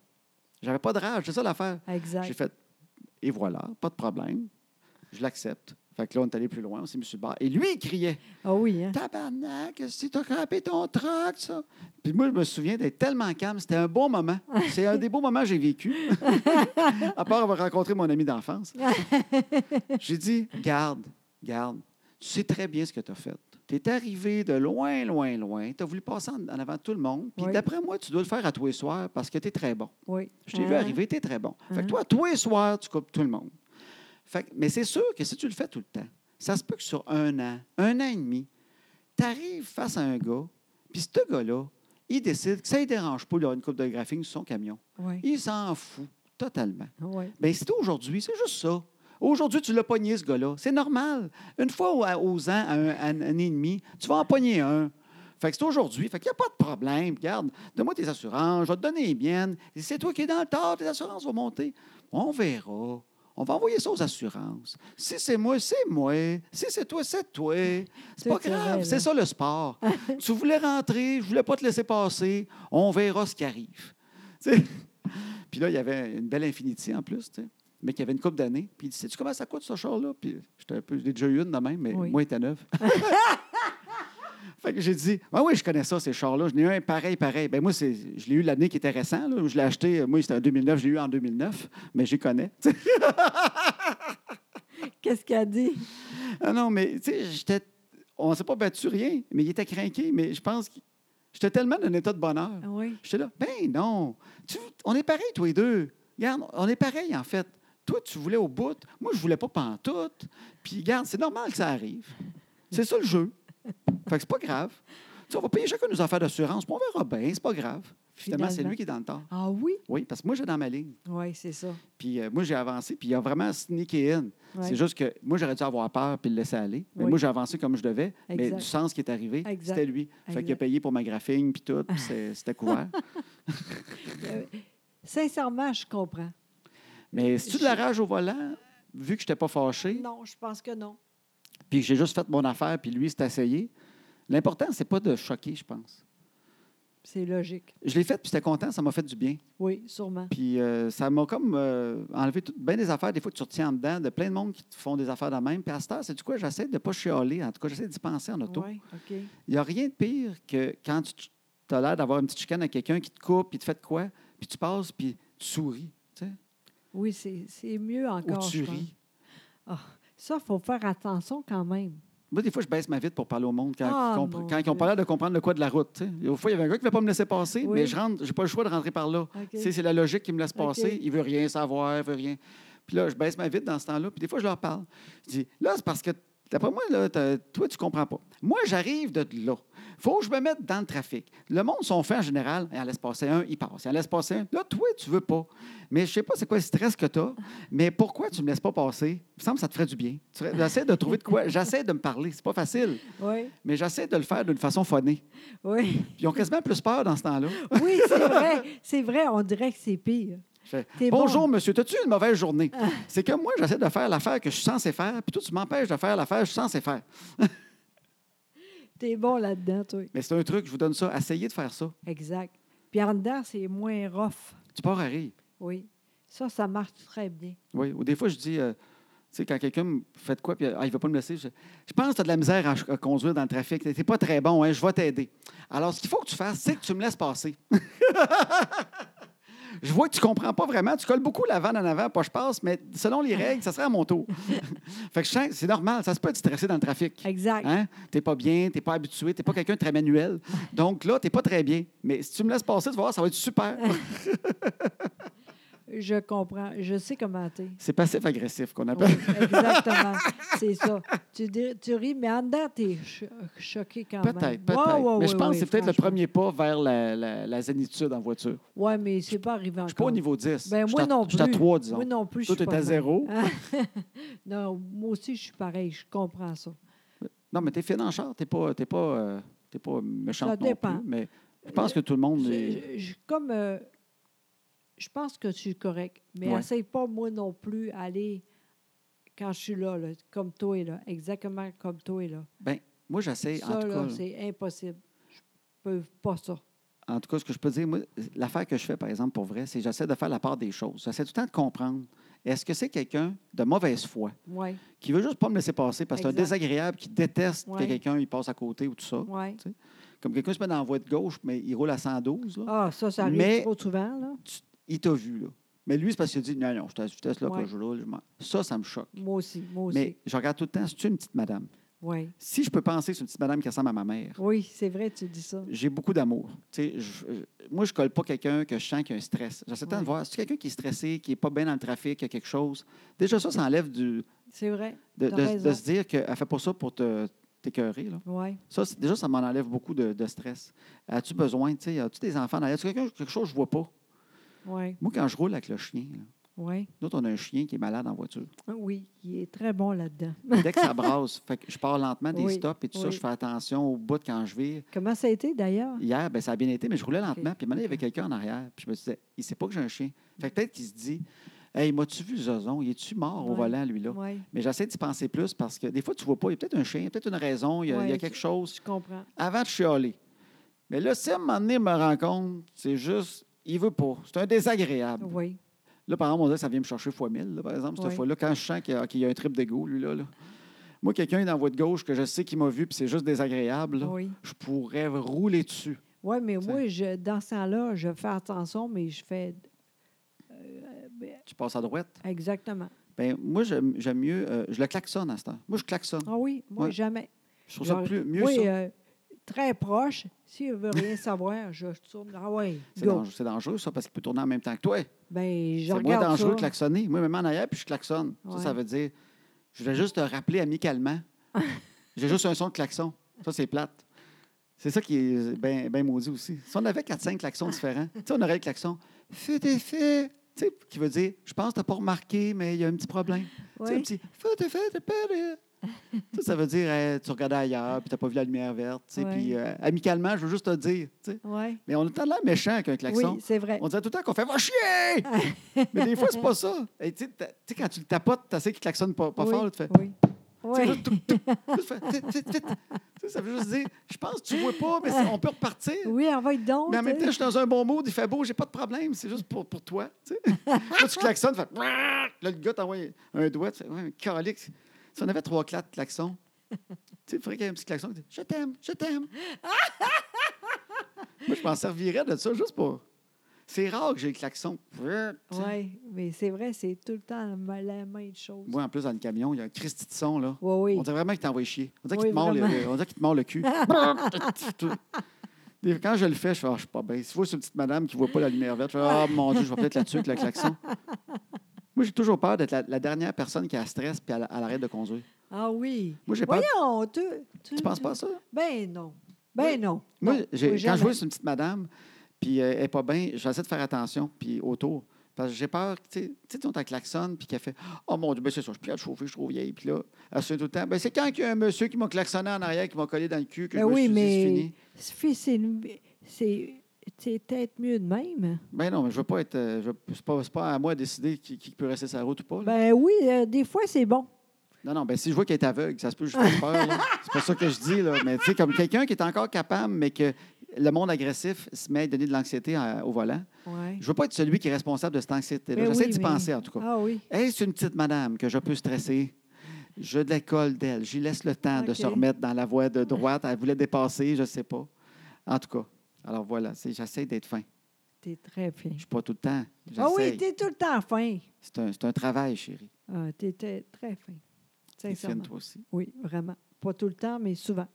Speaker 1: J'avais pas de rage, c'est ça l'affaire. J'ai
Speaker 2: exact.
Speaker 1: fait, et voilà, pas de problème. Je l'accepte. Fait que là, on est allé plus loin, on s'est mis sur le bar. Et lui, il criait
Speaker 2: Ah oui, hein?
Speaker 1: Tabarnak, si t'as crampé ton truck, ça. Puis moi, je me souviens d'être tellement calme. C'était un beau moment. C'est un des beaux moments que j'ai vécu. à part avoir rencontré mon ami d'enfance. j'ai dit Garde, garde, tu sais très bien ce que t'as fait. T'es arrivé de loin, loin, loin. T'as voulu passer en, en avant de tout le monde. Puis
Speaker 2: Oui.
Speaker 1: d'après moi, tu dois le faire à tous les soirs parce que t'es très bon.
Speaker 2: Oui.
Speaker 1: Je t'ai vu
Speaker 2: Hein?
Speaker 1: arriver, t'es très bon. Fait
Speaker 2: Hein?
Speaker 1: que toi, tous les soirs, tu coupes tout le monde. Fait que- mais c'est sûr que si tu le fais tout le temps, ça se peut que sur un an, un an et demi, tu arrives face à un gars, puis ce gars-là, il décide que ça ne dérange pas d'avoir une coupe de graphing sur son camion.
Speaker 2: Oui.
Speaker 1: Il s'en fout totalement.
Speaker 2: Oui.
Speaker 1: Bien, Ben, c'est aujourd'hui, c'est juste ça. Aujourd'hui, tu l'as pogné, ce gars-là. C'est normal. Une fois au- à- aux ans, à un, à un- un et demi, tu vas en pogner un. Fait que c'est aujourd'hui. Fait qu'il n'y a pas de problème. Regarde, donne-moi tes assurances, je vais te donner les miennes. Et c'est toi qui es dans le tort, tes assurances vont monter. On verra. On va envoyer ça aux assurances. Si c'est moi, c'est moi. Si c'est toi, c'est toi. C'est
Speaker 2: C'est
Speaker 1: pas
Speaker 2: tiré,
Speaker 1: grave,
Speaker 2: là.
Speaker 1: c'est ça le
Speaker 2: (laughs)
Speaker 1: sport. tu voulais rentrer, je voulais pas te laisser passer. On verra ce qui arrive. (laughs) Tu sais? Puis là, il y avait une belle Infinity en plus, tu sais, mais qui avait une coupe d'années. Puis il dit Sais-tu comment ça coûte ce char-là Puis j'étais un peu, j'ai déjà eu une de même, mais
Speaker 2: Oui.
Speaker 1: moi, elle était
Speaker 2: (laughs)
Speaker 1: neuve. fait que j'ai dit Ah oui, je connais ça, ces chars-là. Je n'ai un pareil, pareil. Ben moi, c'est, je l'ai eu l'année qui était récente. Là, où je l'ai acheté, moi, c'était en 2009, je l'ai eu en 2009, mais je les connais. tu sais.
Speaker 2: Qu'est-ce qu'elle dit?
Speaker 1: Ah non, mais tu sais, j'étais. On ne s'est pas battu rien, mais il était craqué, mais je pense que j'étais tellement dans un état de bonheur.
Speaker 2: Ah Oui.
Speaker 1: J'étais là, ben non, Tu- on est pareil tous les deux. Regarde, on est pareil en fait. Toi, tu voulais au bout, moi, je voulais pas pantoute. Puis, regarde, c'est normal que ça arrive. C'est ça le jeu. Fait que c'est pas grave. Tu sais, on va payer chacun nos affaires d'assurance, puis on verra bien, c'est pas grave. Finalement, c'est
Speaker 2: Finalement.
Speaker 1: lui qui est dans le tort.
Speaker 2: Ah oui?
Speaker 1: Oui, parce que moi, j'ai dans ma ligne.
Speaker 2: Oui, c'est ça.
Speaker 1: Puis euh, moi, j'ai avancé, puis il a vraiment sneaké in.
Speaker 2: Ouais.
Speaker 1: C'est juste que moi, j'aurais dû avoir peur puis le laisser aller. Mais
Speaker 2: Oui.
Speaker 1: moi, j'ai avancé comme je devais. Mais
Speaker 2: Exact.
Speaker 1: du sens qui est arrivé,
Speaker 2: Exact.
Speaker 1: c'était lui. Fait qu'il a
Speaker 2: Exact.
Speaker 1: payé pour ma graphine, puis tout, puis
Speaker 2: (laughs)
Speaker 1: c'est- c'était couvert.
Speaker 2: Euh, Sincèrement, je comprends. (laughs)
Speaker 1: Mais si tu de la rage au volant, vu que je n'étais pas fâché,
Speaker 2: Non, je pense que non.
Speaker 1: puis que j'ai juste fait mon affaire, puis lui s'est essayé, l'important, c'est pas de choquer, je pense.
Speaker 2: C'est logique.
Speaker 1: Je l'ai fait, puis j'étais content, ça m'a fait du bien.
Speaker 2: Oui, sûrement.
Speaker 1: Puis euh, ça m'a comme euh, enlevé tout, bien des affaires, des fois que tu retiens en dedans, de plein de monde qui te font des affaires de même. Puis à cette heure, c'est du quoi, j'essaie de pas chialer, en tout cas, j'essaie d'y penser en auto.
Speaker 2: Oui, OK.
Speaker 1: Il n'y a rien de pire que quand tu as l'air d'avoir une petite chicane à quelqu'un qui te coupe, puis te fait de quoi, puis tu passes, puis tu souris, tu sais,
Speaker 2: Oui, c'est c'est mieux encore.
Speaker 1: ou tu
Speaker 2: je pense. Ah,
Speaker 1: ris.
Speaker 2: Ça, il faut faire attention quand même.
Speaker 1: Moi, des fois, je baisse ma vitre pour parler au monde quand,
Speaker 2: Ah,
Speaker 1: ils compre-
Speaker 2: mon
Speaker 1: quand ils n'ont
Speaker 2: Dieu.
Speaker 1: pas l'air de comprendre le quoi de la route. tu sais. Des fois, il y avait un gars qui ne voulait pas me laisser passer,
Speaker 2: Oui.
Speaker 1: mais je rentre, j'ai pas le choix de rentrer par là.
Speaker 2: OK.
Speaker 1: Tu sais, C'est la logique qui me laisse passer.
Speaker 2: OK.
Speaker 1: Il veut rien savoir, il veut rien. Puis là, je baisse ma vitre dans ce temps-là. Puis des fois, je leur parle. Je dis, là, c'est parce que, d'après moi, là, t'as- toi, tu comprends pas. Moi, j'arrive de là. faut que je me mette dans le trafic. Le monde sont faits en général. Il en laisse passer un, il passe. Il en laisse passer un. Là, toi, tu veux pas. Mais je sais pas c'est quoi le stress que tu as. Mais pourquoi tu me laisses pas passer? Il me semble que ça te ferait du bien. Tu serais- J'essaie de trouver de quoi. J'essaie de me parler. C'est pas facile.
Speaker 2: Oui,
Speaker 1: Mais j'essaie de le faire d'une façon phonée.
Speaker 2: oui.
Speaker 1: Puis Ils ont quasiment plus peur dans ce temps-là.
Speaker 2: (laughs) Oui, c'est vrai. C'est vrai, on dirait que c'est pire.
Speaker 1: Je fais,
Speaker 2: T'es
Speaker 1: Bonjour,
Speaker 2: bon.
Speaker 1: monsieur, t'as-tu une mauvaise journée? C'est que moi, j'essaie de faire l'affaire que je suis censé faire, puis toi, tu m'empêches de faire l'affaire que je suis censé faire.
Speaker 2: T'es bon là-dedans, toi.
Speaker 1: Mais c'est un truc, je vous donne ça. Essayez de faire ça.
Speaker 2: Exact. Puis en dedans, c'est moins rough.
Speaker 1: Tu pars à rire.
Speaker 2: Oui. Ça, ça marche très bien.
Speaker 1: Oui. Ou des fois, je dis, euh, tu sais, quand quelqu'un me fait de quoi, puis euh, ah, il ne veut pas me laisser, je, je pense que tu as de la misère à, ch- à conduire dans le trafic. T'es pas très bon, hein, je vais t'aider. Alors, ce qu'il faut que tu fasses, c'est que tu me laisses passer. (laughs) Je vois que tu comprends pas vraiment. Tu colles beaucoup l'avant en avant, pas je passe, mais selon les règles, ça sera à mon tour. (laughs) fait que je sens que c'est normal, ça se peut être stressé dans le trafic.
Speaker 2: Exact.
Speaker 1: Hein? T'es pas bien, t'es pas habitué, t'es pas quelqu'un de très manuel. Donc là, t'es pas très bien. Mais si tu me laisses passer, tu vas voir, ça va être
Speaker 2: (laughs)
Speaker 1: super.
Speaker 2: Je comprends. Je sais comment t'es.
Speaker 1: C'est passif-agressif qu'on
Speaker 2: Oui,
Speaker 1: appelle.
Speaker 2: exactement. c'est ça. Tu, dis- tu ris, mais en dedans, t'es cho- choqué quand même.
Speaker 1: Peut-être, peut-être.
Speaker 2: Ouais, ouais,
Speaker 1: mais je
Speaker 2: ouais,
Speaker 1: pense
Speaker 2: ouais,
Speaker 1: que c'est peut-être le
Speaker 2: franchement.
Speaker 1: premier pas vers la, la- la zénitude en voiture.
Speaker 2: Oui, mais c'est pas arrivé encore.
Speaker 1: Je suis pas au niveau 10.
Speaker 2: Ben,
Speaker 1: je
Speaker 2: moi
Speaker 1: suis à-
Speaker 2: non
Speaker 1: Je suis à
Speaker 2: plus.
Speaker 1: 3, disons.
Speaker 2: Moi non plus, je
Speaker 1: Toi,
Speaker 2: suis
Speaker 1: t'es
Speaker 2: pas Ah.
Speaker 1: à
Speaker 2: de même.
Speaker 1: zéro.
Speaker 2: Non, moi aussi, je suis pareil. Je comprends ça.
Speaker 1: Non, mais t'es fine en char. T'es pas, t'es pas, euh, t'es pas méchante
Speaker 2: Ça
Speaker 1: non
Speaker 2: dépend.
Speaker 1: plus. Mais je pense que tout le monde... est-
Speaker 2: Je- je- je- comme euh, je pense que je suis correct, mais
Speaker 1: Ouais.
Speaker 2: essaye pas moi non plus aller quand je suis là, là, comme toi là, exactement comme toi là.
Speaker 1: Ben, moi, j'essaie, en
Speaker 2: Ça
Speaker 1: tout cas...
Speaker 2: là, c'est impossible. peuvent pas ça.
Speaker 1: En tout cas, ce que je peux dire, moi, l'affaire que je fais, par exemple, pour vrai, c'est que j'essaie de faire la part des choses. J'essaie tout le temps de comprendre. Est-ce que c'est quelqu'un de mauvaise foi
Speaker 2: Oui,
Speaker 1: qui veut juste pas me laisser passer parce que c'est un
Speaker 2: Exact.
Speaker 1: désagréable qui déteste que
Speaker 2: Ouais.
Speaker 1: quelqu'un il passe à côté ou tout ça?
Speaker 2: oui.
Speaker 1: Comme quelqu'un se met dans la voie de gauche, mais il roule à 112, là.
Speaker 2: Ah, ça, ça arrive
Speaker 1: Mais-
Speaker 2: trop souvent, là.
Speaker 1: Tu- il t'a vu, là. Mais lui, c'est parce qu'il a dit non, non, je teste, je teste là
Speaker 2: Ouais.
Speaker 1: que je roule. je m'en- Ça, ça me choque.
Speaker 2: Moi aussi, moi aussi.
Speaker 1: Mais je regarde tout le temps, si tu es une petite madame.
Speaker 2: Ouais.
Speaker 1: Si je peux penser que c'est une petite madame qui ressemble à ma mère,
Speaker 2: Oui, c'est vrai, tu dis ça.
Speaker 1: j'ai beaucoup d'amour. Tu sais, je- je- moi, je colle pas quelqu'un que je sens qu'il a un stress. J'essaie tout le temps de
Speaker 2: Ouais.
Speaker 1: voir, si quelqu'un qui est stressé, qui est pas bien dans le trafic, qui a quelque chose, déjà ça, ça enlève du,
Speaker 2: C'est vrai.
Speaker 1: de,
Speaker 2: T'as
Speaker 1: de- de
Speaker 2: raison.
Speaker 1: se dire qu'elle fait pas ça pour te t'écœurer. là.
Speaker 2: Oui.
Speaker 1: Ça, c'est- déjà, ça m'en enlève beaucoup de, de stress. As-tu besoin, tu sais, as-tu des enfants? dans la- As-tu quelqu'un- quelque chose que je vois pas?
Speaker 2: Oui.
Speaker 1: Moi, quand je roule avec le chien, là,
Speaker 2: Oui.
Speaker 1: nous autres, on a un chien qui est malade en voiture.
Speaker 2: Ah Oui, il est très bon là-dedans.
Speaker 1: Dès que
Speaker 2: (laughs)
Speaker 1: ça brasse, fait que je pars lentement des
Speaker 2: Oui,
Speaker 1: stops et tout ça,
Speaker 2: oui.
Speaker 1: je fais attention au bout de quand je vire.
Speaker 2: Comment ça a été d'ailleurs?
Speaker 1: Hier, ben, ça a bien été, mais je roulais lentement.
Speaker 2: OK.
Speaker 1: Puis maintenant, il y avait quelqu'un en arrière. Puis je me disais, il sait pas que j'ai un chien. Fait que peut-être qu'il se dit, hey, m'as-tu vu Zozon? Il est-tu mort au
Speaker 2: Ouais.
Speaker 1: volant, lui-là?
Speaker 2: Oui,
Speaker 1: Mais j'essaie d'y penser plus parce que des fois, tu vois pas, il y a peut-être un chien, il y a peut-être une raison, il y a, il y a
Speaker 2: Ouais,
Speaker 1: quelque chose.
Speaker 2: je comprends.
Speaker 1: Avant de chialer. Mais là, si à un moment donné, il me rencontre, c'est juste, il veut pas. C'est un désagréable.
Speaker 2: Oui.
Speaker 1: Là, par exemple, on dirait que ça vient me chercher fois 1000, là, par exemple, cette
Speaker 2: Oui.
Speaker 1: fois-là, quand je sens qu'il y, a- qu'il y a un trip d'égo, lui-là. là. Moi, quelqu'un est dans la voie de gauche que je sais qu'il m'a vu, puis c'est juste désagréable, là,
Speaker 2: Oui.
Speaker 1: je pourrais rouler dessus.
Speaker 2: Oui, mais
Speaker 1: Ça-
Speaker 2: moi, je, dans ce temps-là, je fais attention, mais je fais
Speaker 1: Tu passes à droite.
Speaker 2: exactement.
Speaker 1: Ben, moi, j'aime j'aime mieux. euh, je le klaxonne à ce temps. Moi, je klaxonne.
Speaker 2: Ah oui, moi,
Speaker 1: Ouais.
Speaker 2: jamais.
Speaker 1: Je trouve ça
Speaker 2: Genre,
Speaker 1: plus, mieux.
Speaker 2: oui,
Speaker 1: ça.
Speaker 2: euh, très proche. S'il ne veut
Speaker 1: (laughs)
Speaker 2: rien savoir, je tourne. Ah oui,
Speaker 1: c'est
Speaker 2: go.
Speaker 1: dangereux, c'est dangereux, ça, parce qu'il peut tourner en même temps que toi.
Speaker 2: Ben, je
Speaker 1: C'est moins
Speaker 2: regarde
Speaker 1: dangereux de
Speaker 2: ça.
Speaker 1: klaxonner. Moi, même en arrière, puis je klaxonne. Ça,
Speaker 2: Ouais.
Speaker 1: ça veut dire. Je vais juste te rappeler
Speaker 2: (laughs)
Speaker 1: amicalement. J'ai juste un son de klaxon. Ça, c'est plate. C'est ça qui est bien maudit aussi. Si on avait 4-5 klaxons différents, tu sais, on aurait le klaxon. Feu des faits. Tu sais, qui veut dire, je pense que tu n'as pas remarqué, mais il y a un petit problème. Tu sais,
Speaker 2: Oui.
Speaker 1: un petit feu des faits, t'es pas
Speaker 2: (laughs)
Speaker 1: là. Ça, ça veut dire, Hey, tu regardais ailleurs, puis tu n'as pas vu la lumière verte. tu sais,
Speaker 2: Ouais.
Speaker 1: Puis euh, amicalement, je veux juste te dire. tu sais.
Speaker 2: Ouais.
Speaker 1: Mais on a tant l'air méchant avec un klaxon.
Speaker 2: Oui, c'est vrai.
Speaker 1: On dirait tout le temps qu'on fait Va chier! Mais des fois, c'est pas
Speaker 2: (laughs)
Speaker 1: ça. Et tu sais, t'as- tu sais, quand tu le tapotes, tu sais qu'il klaxonne pas, pas
Speaker 2: oui.
Speaker 1: fort, là, tu fais.
Speaker 2: Oui.
Speaker 1: Tu sais, là,
Speaker 2: Oui.
Speaker 1: tout- tout- tout, tu fais, Vite, vite, vite. Tu sais, Ça veut juste dire Je pense que tu vois pas, mais
Speaker 2: (laughs)
Speaker 1: c'est- on peut repartir.
Speaker 2: oui, envoie donc.
Speaker 1: Mais en même temps,
Speaker 2: tu
Speaker 1: je suis
Speaker 2: sais.
Speaker 1: dans un bon mood, il fait beau, j'ai pas de problème, c'est juste pour, pour toi. tu sais. là, tu klaxonnes, tu fais. Là, le gars t'envoie un doigt, tu fais ouais, mais calique. Si on avait trois clats de klaxons, tu sais, il faudrait qu'il y ait un petit klaxon qui dit Je t'aime, je t'aime. Moi, je m'en servirais de ça juste pour. C'est rare que j'ai le klaxon. tu sais.
Speaker 2: Oui, mais c'est vrai, c'est tout le temps la ma- la même chose.
Speaker 1: Moi, en plus, dans le camion, il y a un Christy de son, là.
Speaker 2: Oui,
Speaker 1: On
Speaker 2: oui.
Speaker 1: dirait vraiment qu'il t'envoie chier. On dirait
Speaker 2: Oui,
Speaker 1: qu'il te mord le-
Speaker 2: vraiment.
Speaker 1: on dirait qu'il te mord le
Speaker 2: (laughs)
Speaker 1: cul. Des- Quand je le fais, je fais Ah, je suis pas bien. Si vous, c'est une petite madame qui ne voit pas la lumière verte, je fais Ah, mon Dieu, je vais peut-être là-dessus avec le klaxon. Moi, j'ai toujours peur d'être la, la dernière personne qui a stress puis elle, elle arrête de conduire.
Speaker 2: Ah oui.
Speaker 1: Moi, j'ai peur.
Speaker 2: Voyons, tu, tu,
Speaker 1: Tu penses pas à ça?
Speaker 2: Ben non. Ben non.
Speaker 1: Moi,
Speaker 2: Non,
Speaker 1: j'ai- quand
Speaker 2: jamais.
Speaker 1: je vois c'est une petite madame, puis euh, elle n'est pas bien, j'essaie de faire attention, puis autour. Parce que j'ai peur, tu sais, tu sais, on t'en klaxonne, puis qu'elle fait Oh mon Dieu, ben c'est ça, je suis plus à chauffer, je suis trop vieille. Puis là, elle se souvient tout le temps. Ben, c'est quand qu'il y a un monsieur qui m'a klaxonné en arrière, qui m'a collé dans le cul, que
Speaker 2: Ben
Speaker 1: je me
Speaker 2: oui,
Speaker 1: suis dit,
Speaker 2: mais
Speaker 1: c'est fini.
Speaker 2: Sophie, c'est une- c'est c'est peut-être mieux de même.
Speaker 1: Ben non, mais je veux pas être. euh, je veux- c'est, pas, c'est pas à moi de décider qui, qui peut rester sa route ou pas. là.
Speaker 2: Ben oui, euh, des fois, c'est bon.
Speaker 1: Non, non, ben si je vois qu'elle est aveugle, ça se peut que je fasse peur.
Speaker 2: (laughs)
Speaker 1: là. C'est pas ça que je dis, là. Mais tu sais, comme quelqu'un qui est encore capable, mais que le monde agressif se met à donner de l'anxiété à- au volant,
Speaker 2: Ouais.
Speaker 1: je veux pas être celui qui est responsable de cette anxiété-là.
Speaker 2: Ben
Speaker 1: J'essaie
Speaker 2: oui,
Speaker 1: d'y
Speaker 2: mais-
Speaker 1: penser, en tout cas.
Speaker 2: Ah oui.
Speaker 1: Est-ce une petite madame que je peux stresser? Je décolle d'elle. J'y laisse le temps de se
Speaker 2: OK.
Speaker 1: remettre dans la voie de droite. Elle voulait dépasser, je sais pas. En tout cas, alors voilà, c'est- j'essaie d'être fin.
Speaker 2: T'es très fin.
Speaker 1: Je suis pas tout le temps.
Speaker 2: Ah oui,
Speaker 1: J'essaie.
Speaker 2: t'es tout le temps fin.
Speaker 1: c'est, un, c'est un travail, chérie.
Speaker 2: Ah, t'es t'es très fin.
Speaker 1: T'es fine,
Speaker 2: Sincèrement.
Speaker 1: toi aussi.
Speaker 2: Oui, vraiment. Pas tout le temps, mais souvent.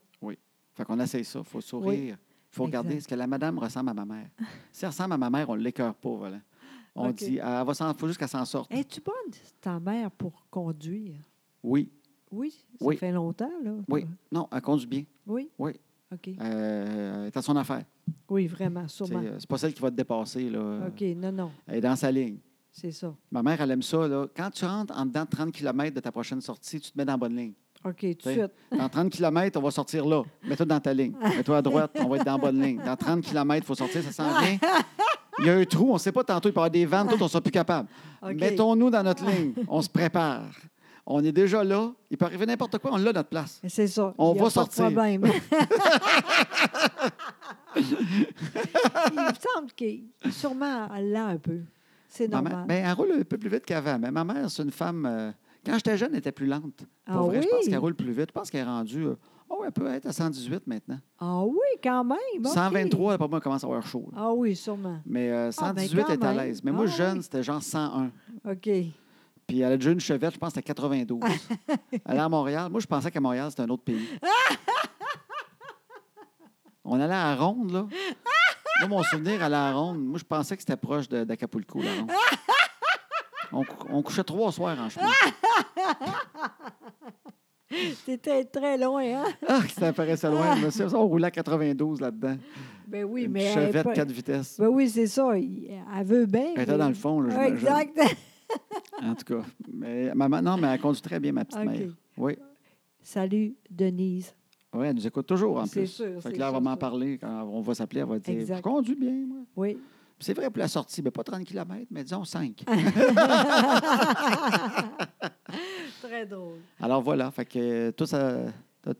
Speaker 1: Fait qu'on essaye ça. faut sourire. faut regarder.
Speaker 2: Exact.
Speaker 1: Est-ce que la madame ressemble à ma mère? si elle ressemble à ma mère, on ne l'écœure pas, voilà. On
Speaker 2: OK. Hein?
Speaker 1: dit, ah, elle va s'en, faut juste qu'elle s'en sorte.
Speaker 2: Es-tu bonne, ta mère, pour conduire?
Speaker 1: Oui,
Speaker 2: Oui, ça
Speaker 1: Oui.
Speaker 2: fait longtemps, là.
Speaker 1: oui. Non, elle conduit bien.
Speaker 2: Oui?
Speaker 1: Oui.
Speaker 2: OK.
Speaker 1: Euh, elle est à son affaire.
Speaker 2: Oui, vraiment,
Speaker 1: C'est,
Speaker 2: sûrement.
Speaker 1: euh, c'est pas celle qui va te dépasser. Là.
Speaker 2: OK, non, non,
Speaker 1: Elle est dans sa ligne.
Speaker 2: c'est ça.
Speaker 1: Ma mère, elle aime ça. Là. Quand tu rentres en dedans de 30 km de ta prochaine sortie, tu te mets dans la bonne ligne.
Speaker 2: OK, tout de
Speaker 1: T'sais.
Speaker 2: suite.
Speaker 1: Dans 30 km, on va sortir là. Mets-toi dans ta ligne. Mets-toi à droite, on va être dans la bonne ligne. Dans 30 km, il faut sortir, ça s'en
Speaker 2: (laughs)
Speaker 1: vient. Il y a un trou, on ne sait pas tantôt, il peut y avoir des ventes, tout, on ne sera plus capable.
Speaker 2: OK.
Speaker 1: Mettons-nous dans notre ligne, on se prépare. On est déjà là, il peut arriver n'importe quoi, on l'a notre place. (laughs)
Speaker 2: Mais C'est ça.
Speaker 1: On
Speaker 2: Il y
Speaker 1: va
Speaker 2: a pas de
Speaker 1: sortir.
Speaker 2: problème. Il me semble qu'il est sûrement là un peu. C'est
Speaker 1: Ma mère-
Speaker 2: normal.
Speaker 1: ben, elle roule un peu plus vite qu'avant. Mais ma mère, c'est une femme. euh, quand j'étais jeune, elle était plus lente. Pour
Speaker 2: Ah
Speaker 1: vrai, je pense
Speaker 2: oui?
Speaker 1: qu'elle roule plus vite. Je pense qu'elle est rendue. euh, oh, elle peut être à 118 maintenant.
Speaker 2: Ah oui, quand même. OK.
Speaker 1: 123, elle, pour moi, commence à avoir chaud. là.
Speaker 2: Ah oui, sûrement.
Speaker 1: Mais euh,
Speaker 2: Ah, ben,
Speaker 1: 118
Speaker 2: quand
Speaker 1: elle est à
Speaker 2: même.
Speaker 1: l'aise. Mais moi,
Speaker 2: Ah,
Speaker 1: jeune,
Speaker 2: oui.
Speaker 1: c'était genre 101.
Speaker 2: OK.
Speaker 1: Puis elle a déjà une chevette, je pense, c'était
Speaker 2: (laughs)
Speaker 1: 92. Elle est à Montréal. Moi, je pensais qu'à Montréal, c'était un autre pays. On allait à Ronde, là. Là, mon souvenir, allait à Ronde. Moi, je pensais que c'était proche de- d'Acapulco, la
Speaker 2: (laughs)
Speaker 1: Ronde. On, cou- on couchait trois soirs en chemin.
Speaker 2: C'était très loin, hein?
Speaker 1: Ah, ça paraissait loin. Monsieur, on roulait à 92 là-dedans.
Speaker 2: Ben oui,
Speaker 1: Une
Speaker 2: mais. elle est
Speaker 1: chevette,
Speaker 2: pas-
Speaker 1: quatre vitesses.
Speaker 2: Ben oui, c'est ça. Il- Elle veut bien.
Speaker 1: Elle était dans le fond, là,
Speaker 2: Ouais,
Speaker 1: j'imagine.
Speaker 2: Exact.
Speaker 1: En tout cas. Mais, maman, non, mais elle conduit très bien, ma petite
Speaker 2: OK.
Speaker 1: mère. Oui.
Speaker 2: Salut, Denise.
Speaker 1: Oui, elle nous écoute toujours, en
Speaker 2: C'est
Speaker 1: plus.
Speaker 2: sûr,
Speaker 1: Fait
Speaker 2: c'est
Speaker 1: que là, elle va
Speaker 2: sûr,
Speaker 1: m'en
Speaker 2: sûr.
Speaker 1: parler. Quand on va s'appeler, elle va dire
Speaker 2: Exact.
Speaker 1: Je conduis bien, moi.
Speaker 2: Oui.
Speaker 1: Puis C'est vrai pour la sortie, mais pas 30 km, mais disons 5.
Speaker 2: Ah. Très drôle.
Speaker 1: Alors voilà, fait que euh, toi, ça. t'as-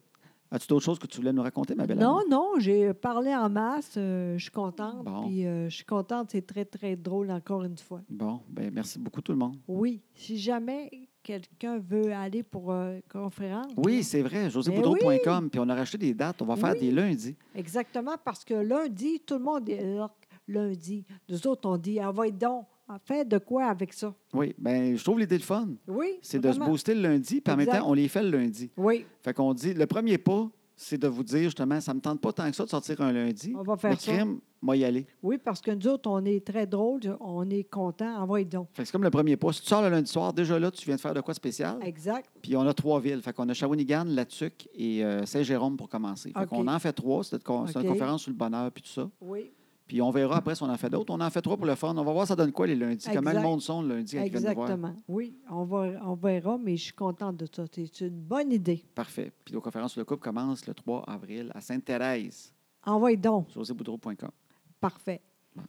Speaker 1: As-tu d'autres choses que tu voulais nous raconter, ma belle
Speaker 2: Non,
Speaker 1: amie?
Speaker 2: non, j'ai parlé en masse. euh, je suis contente.
Speaker 1: Bon.
Speaker 2: Puis euh, je suis contente. C'est très, très drôle, encore une fois.
Speaker 1: Bon, ben merci beaucoup tout le monde.
Speaker 2: Oui. Si jamais quelqu'un veut aller pour euh, conférence.
Speaker 1: Oui,
Speaker 2: là,
Speaker 1: c'est vrai,
Speaker 2: Mais
Speaker 1: joséboudreau.com, puis on a racheté des dates, on va faire
Speaker 2: Ben Oui.
Speaker 1: des lundis.
Speaker 2: Exactement, parce que lundi, tout le monde est là, lundi. Nous autres, on dit, ah, va être donc. En fait, de quoi avec ça?
Speaker 1: Oui, ben je trouve l'idée le fun.
Speaker 2: Oui.
Speaker 1: C'est de se
Speaker 2: vraiment.
Speaker 1: booster le lundi, puis en même
Speaker 2: Exact.
Speaker 1: temps, on les fait le lundi.
Speaker 2: Oui,
Speaker 1: Fait qu'on dit, le premier pas, c'est de vous dire justement, ça me tente pas tant que ça de sortir un lundi.
Speaker 2: on va faire
Speaker 1: mais
Speaker 2: ça.
Speaker 1: crime, moi y aller.
Speaker 2: Oui, parce que nous autres, on est très drôles, on est contents, envoie donc.
Speaker 1: Fait que c'est comme le premier pas. Si tu sors le lundi soir, déjà là, tu viens de faire de quoi de spécial.
Speaker 2: Exact.
Speaker 1: Puis on a trois villes. Fait qu'on a Shawinigan, Latuc et euh, Saint-Jérôme pour commencer. Fait
Speaker 2: OK.
Speaker 1: qu'on en fait trois. C'est notre con- c'est une
Speaker 2: OK.
Speaker 1: conférence sur le bonheur puis tout ça.
Speaker 2: Oui,
Speaker 1: Puis on verra après si on en fait d'autres. On en fait trois pour le fun. On va voir ça donne quoi les lundis. Comment le
Speaker 2: Exact.
Speaker 1: monde sont le lundi quand ils viennent nous voir.
Speaker 2: exactement. Oui, on, va, on verra, mais je suis contente de ça. C'est une bonne idée.
Speaker 1: Parfait. Puis la conférence sur le couple commence le 3 avril à Sainte-Thérèse.
Speaker 2: Envoie donc.
Speaker 1: joséboudreau.com.
Speaker 2: Parfait.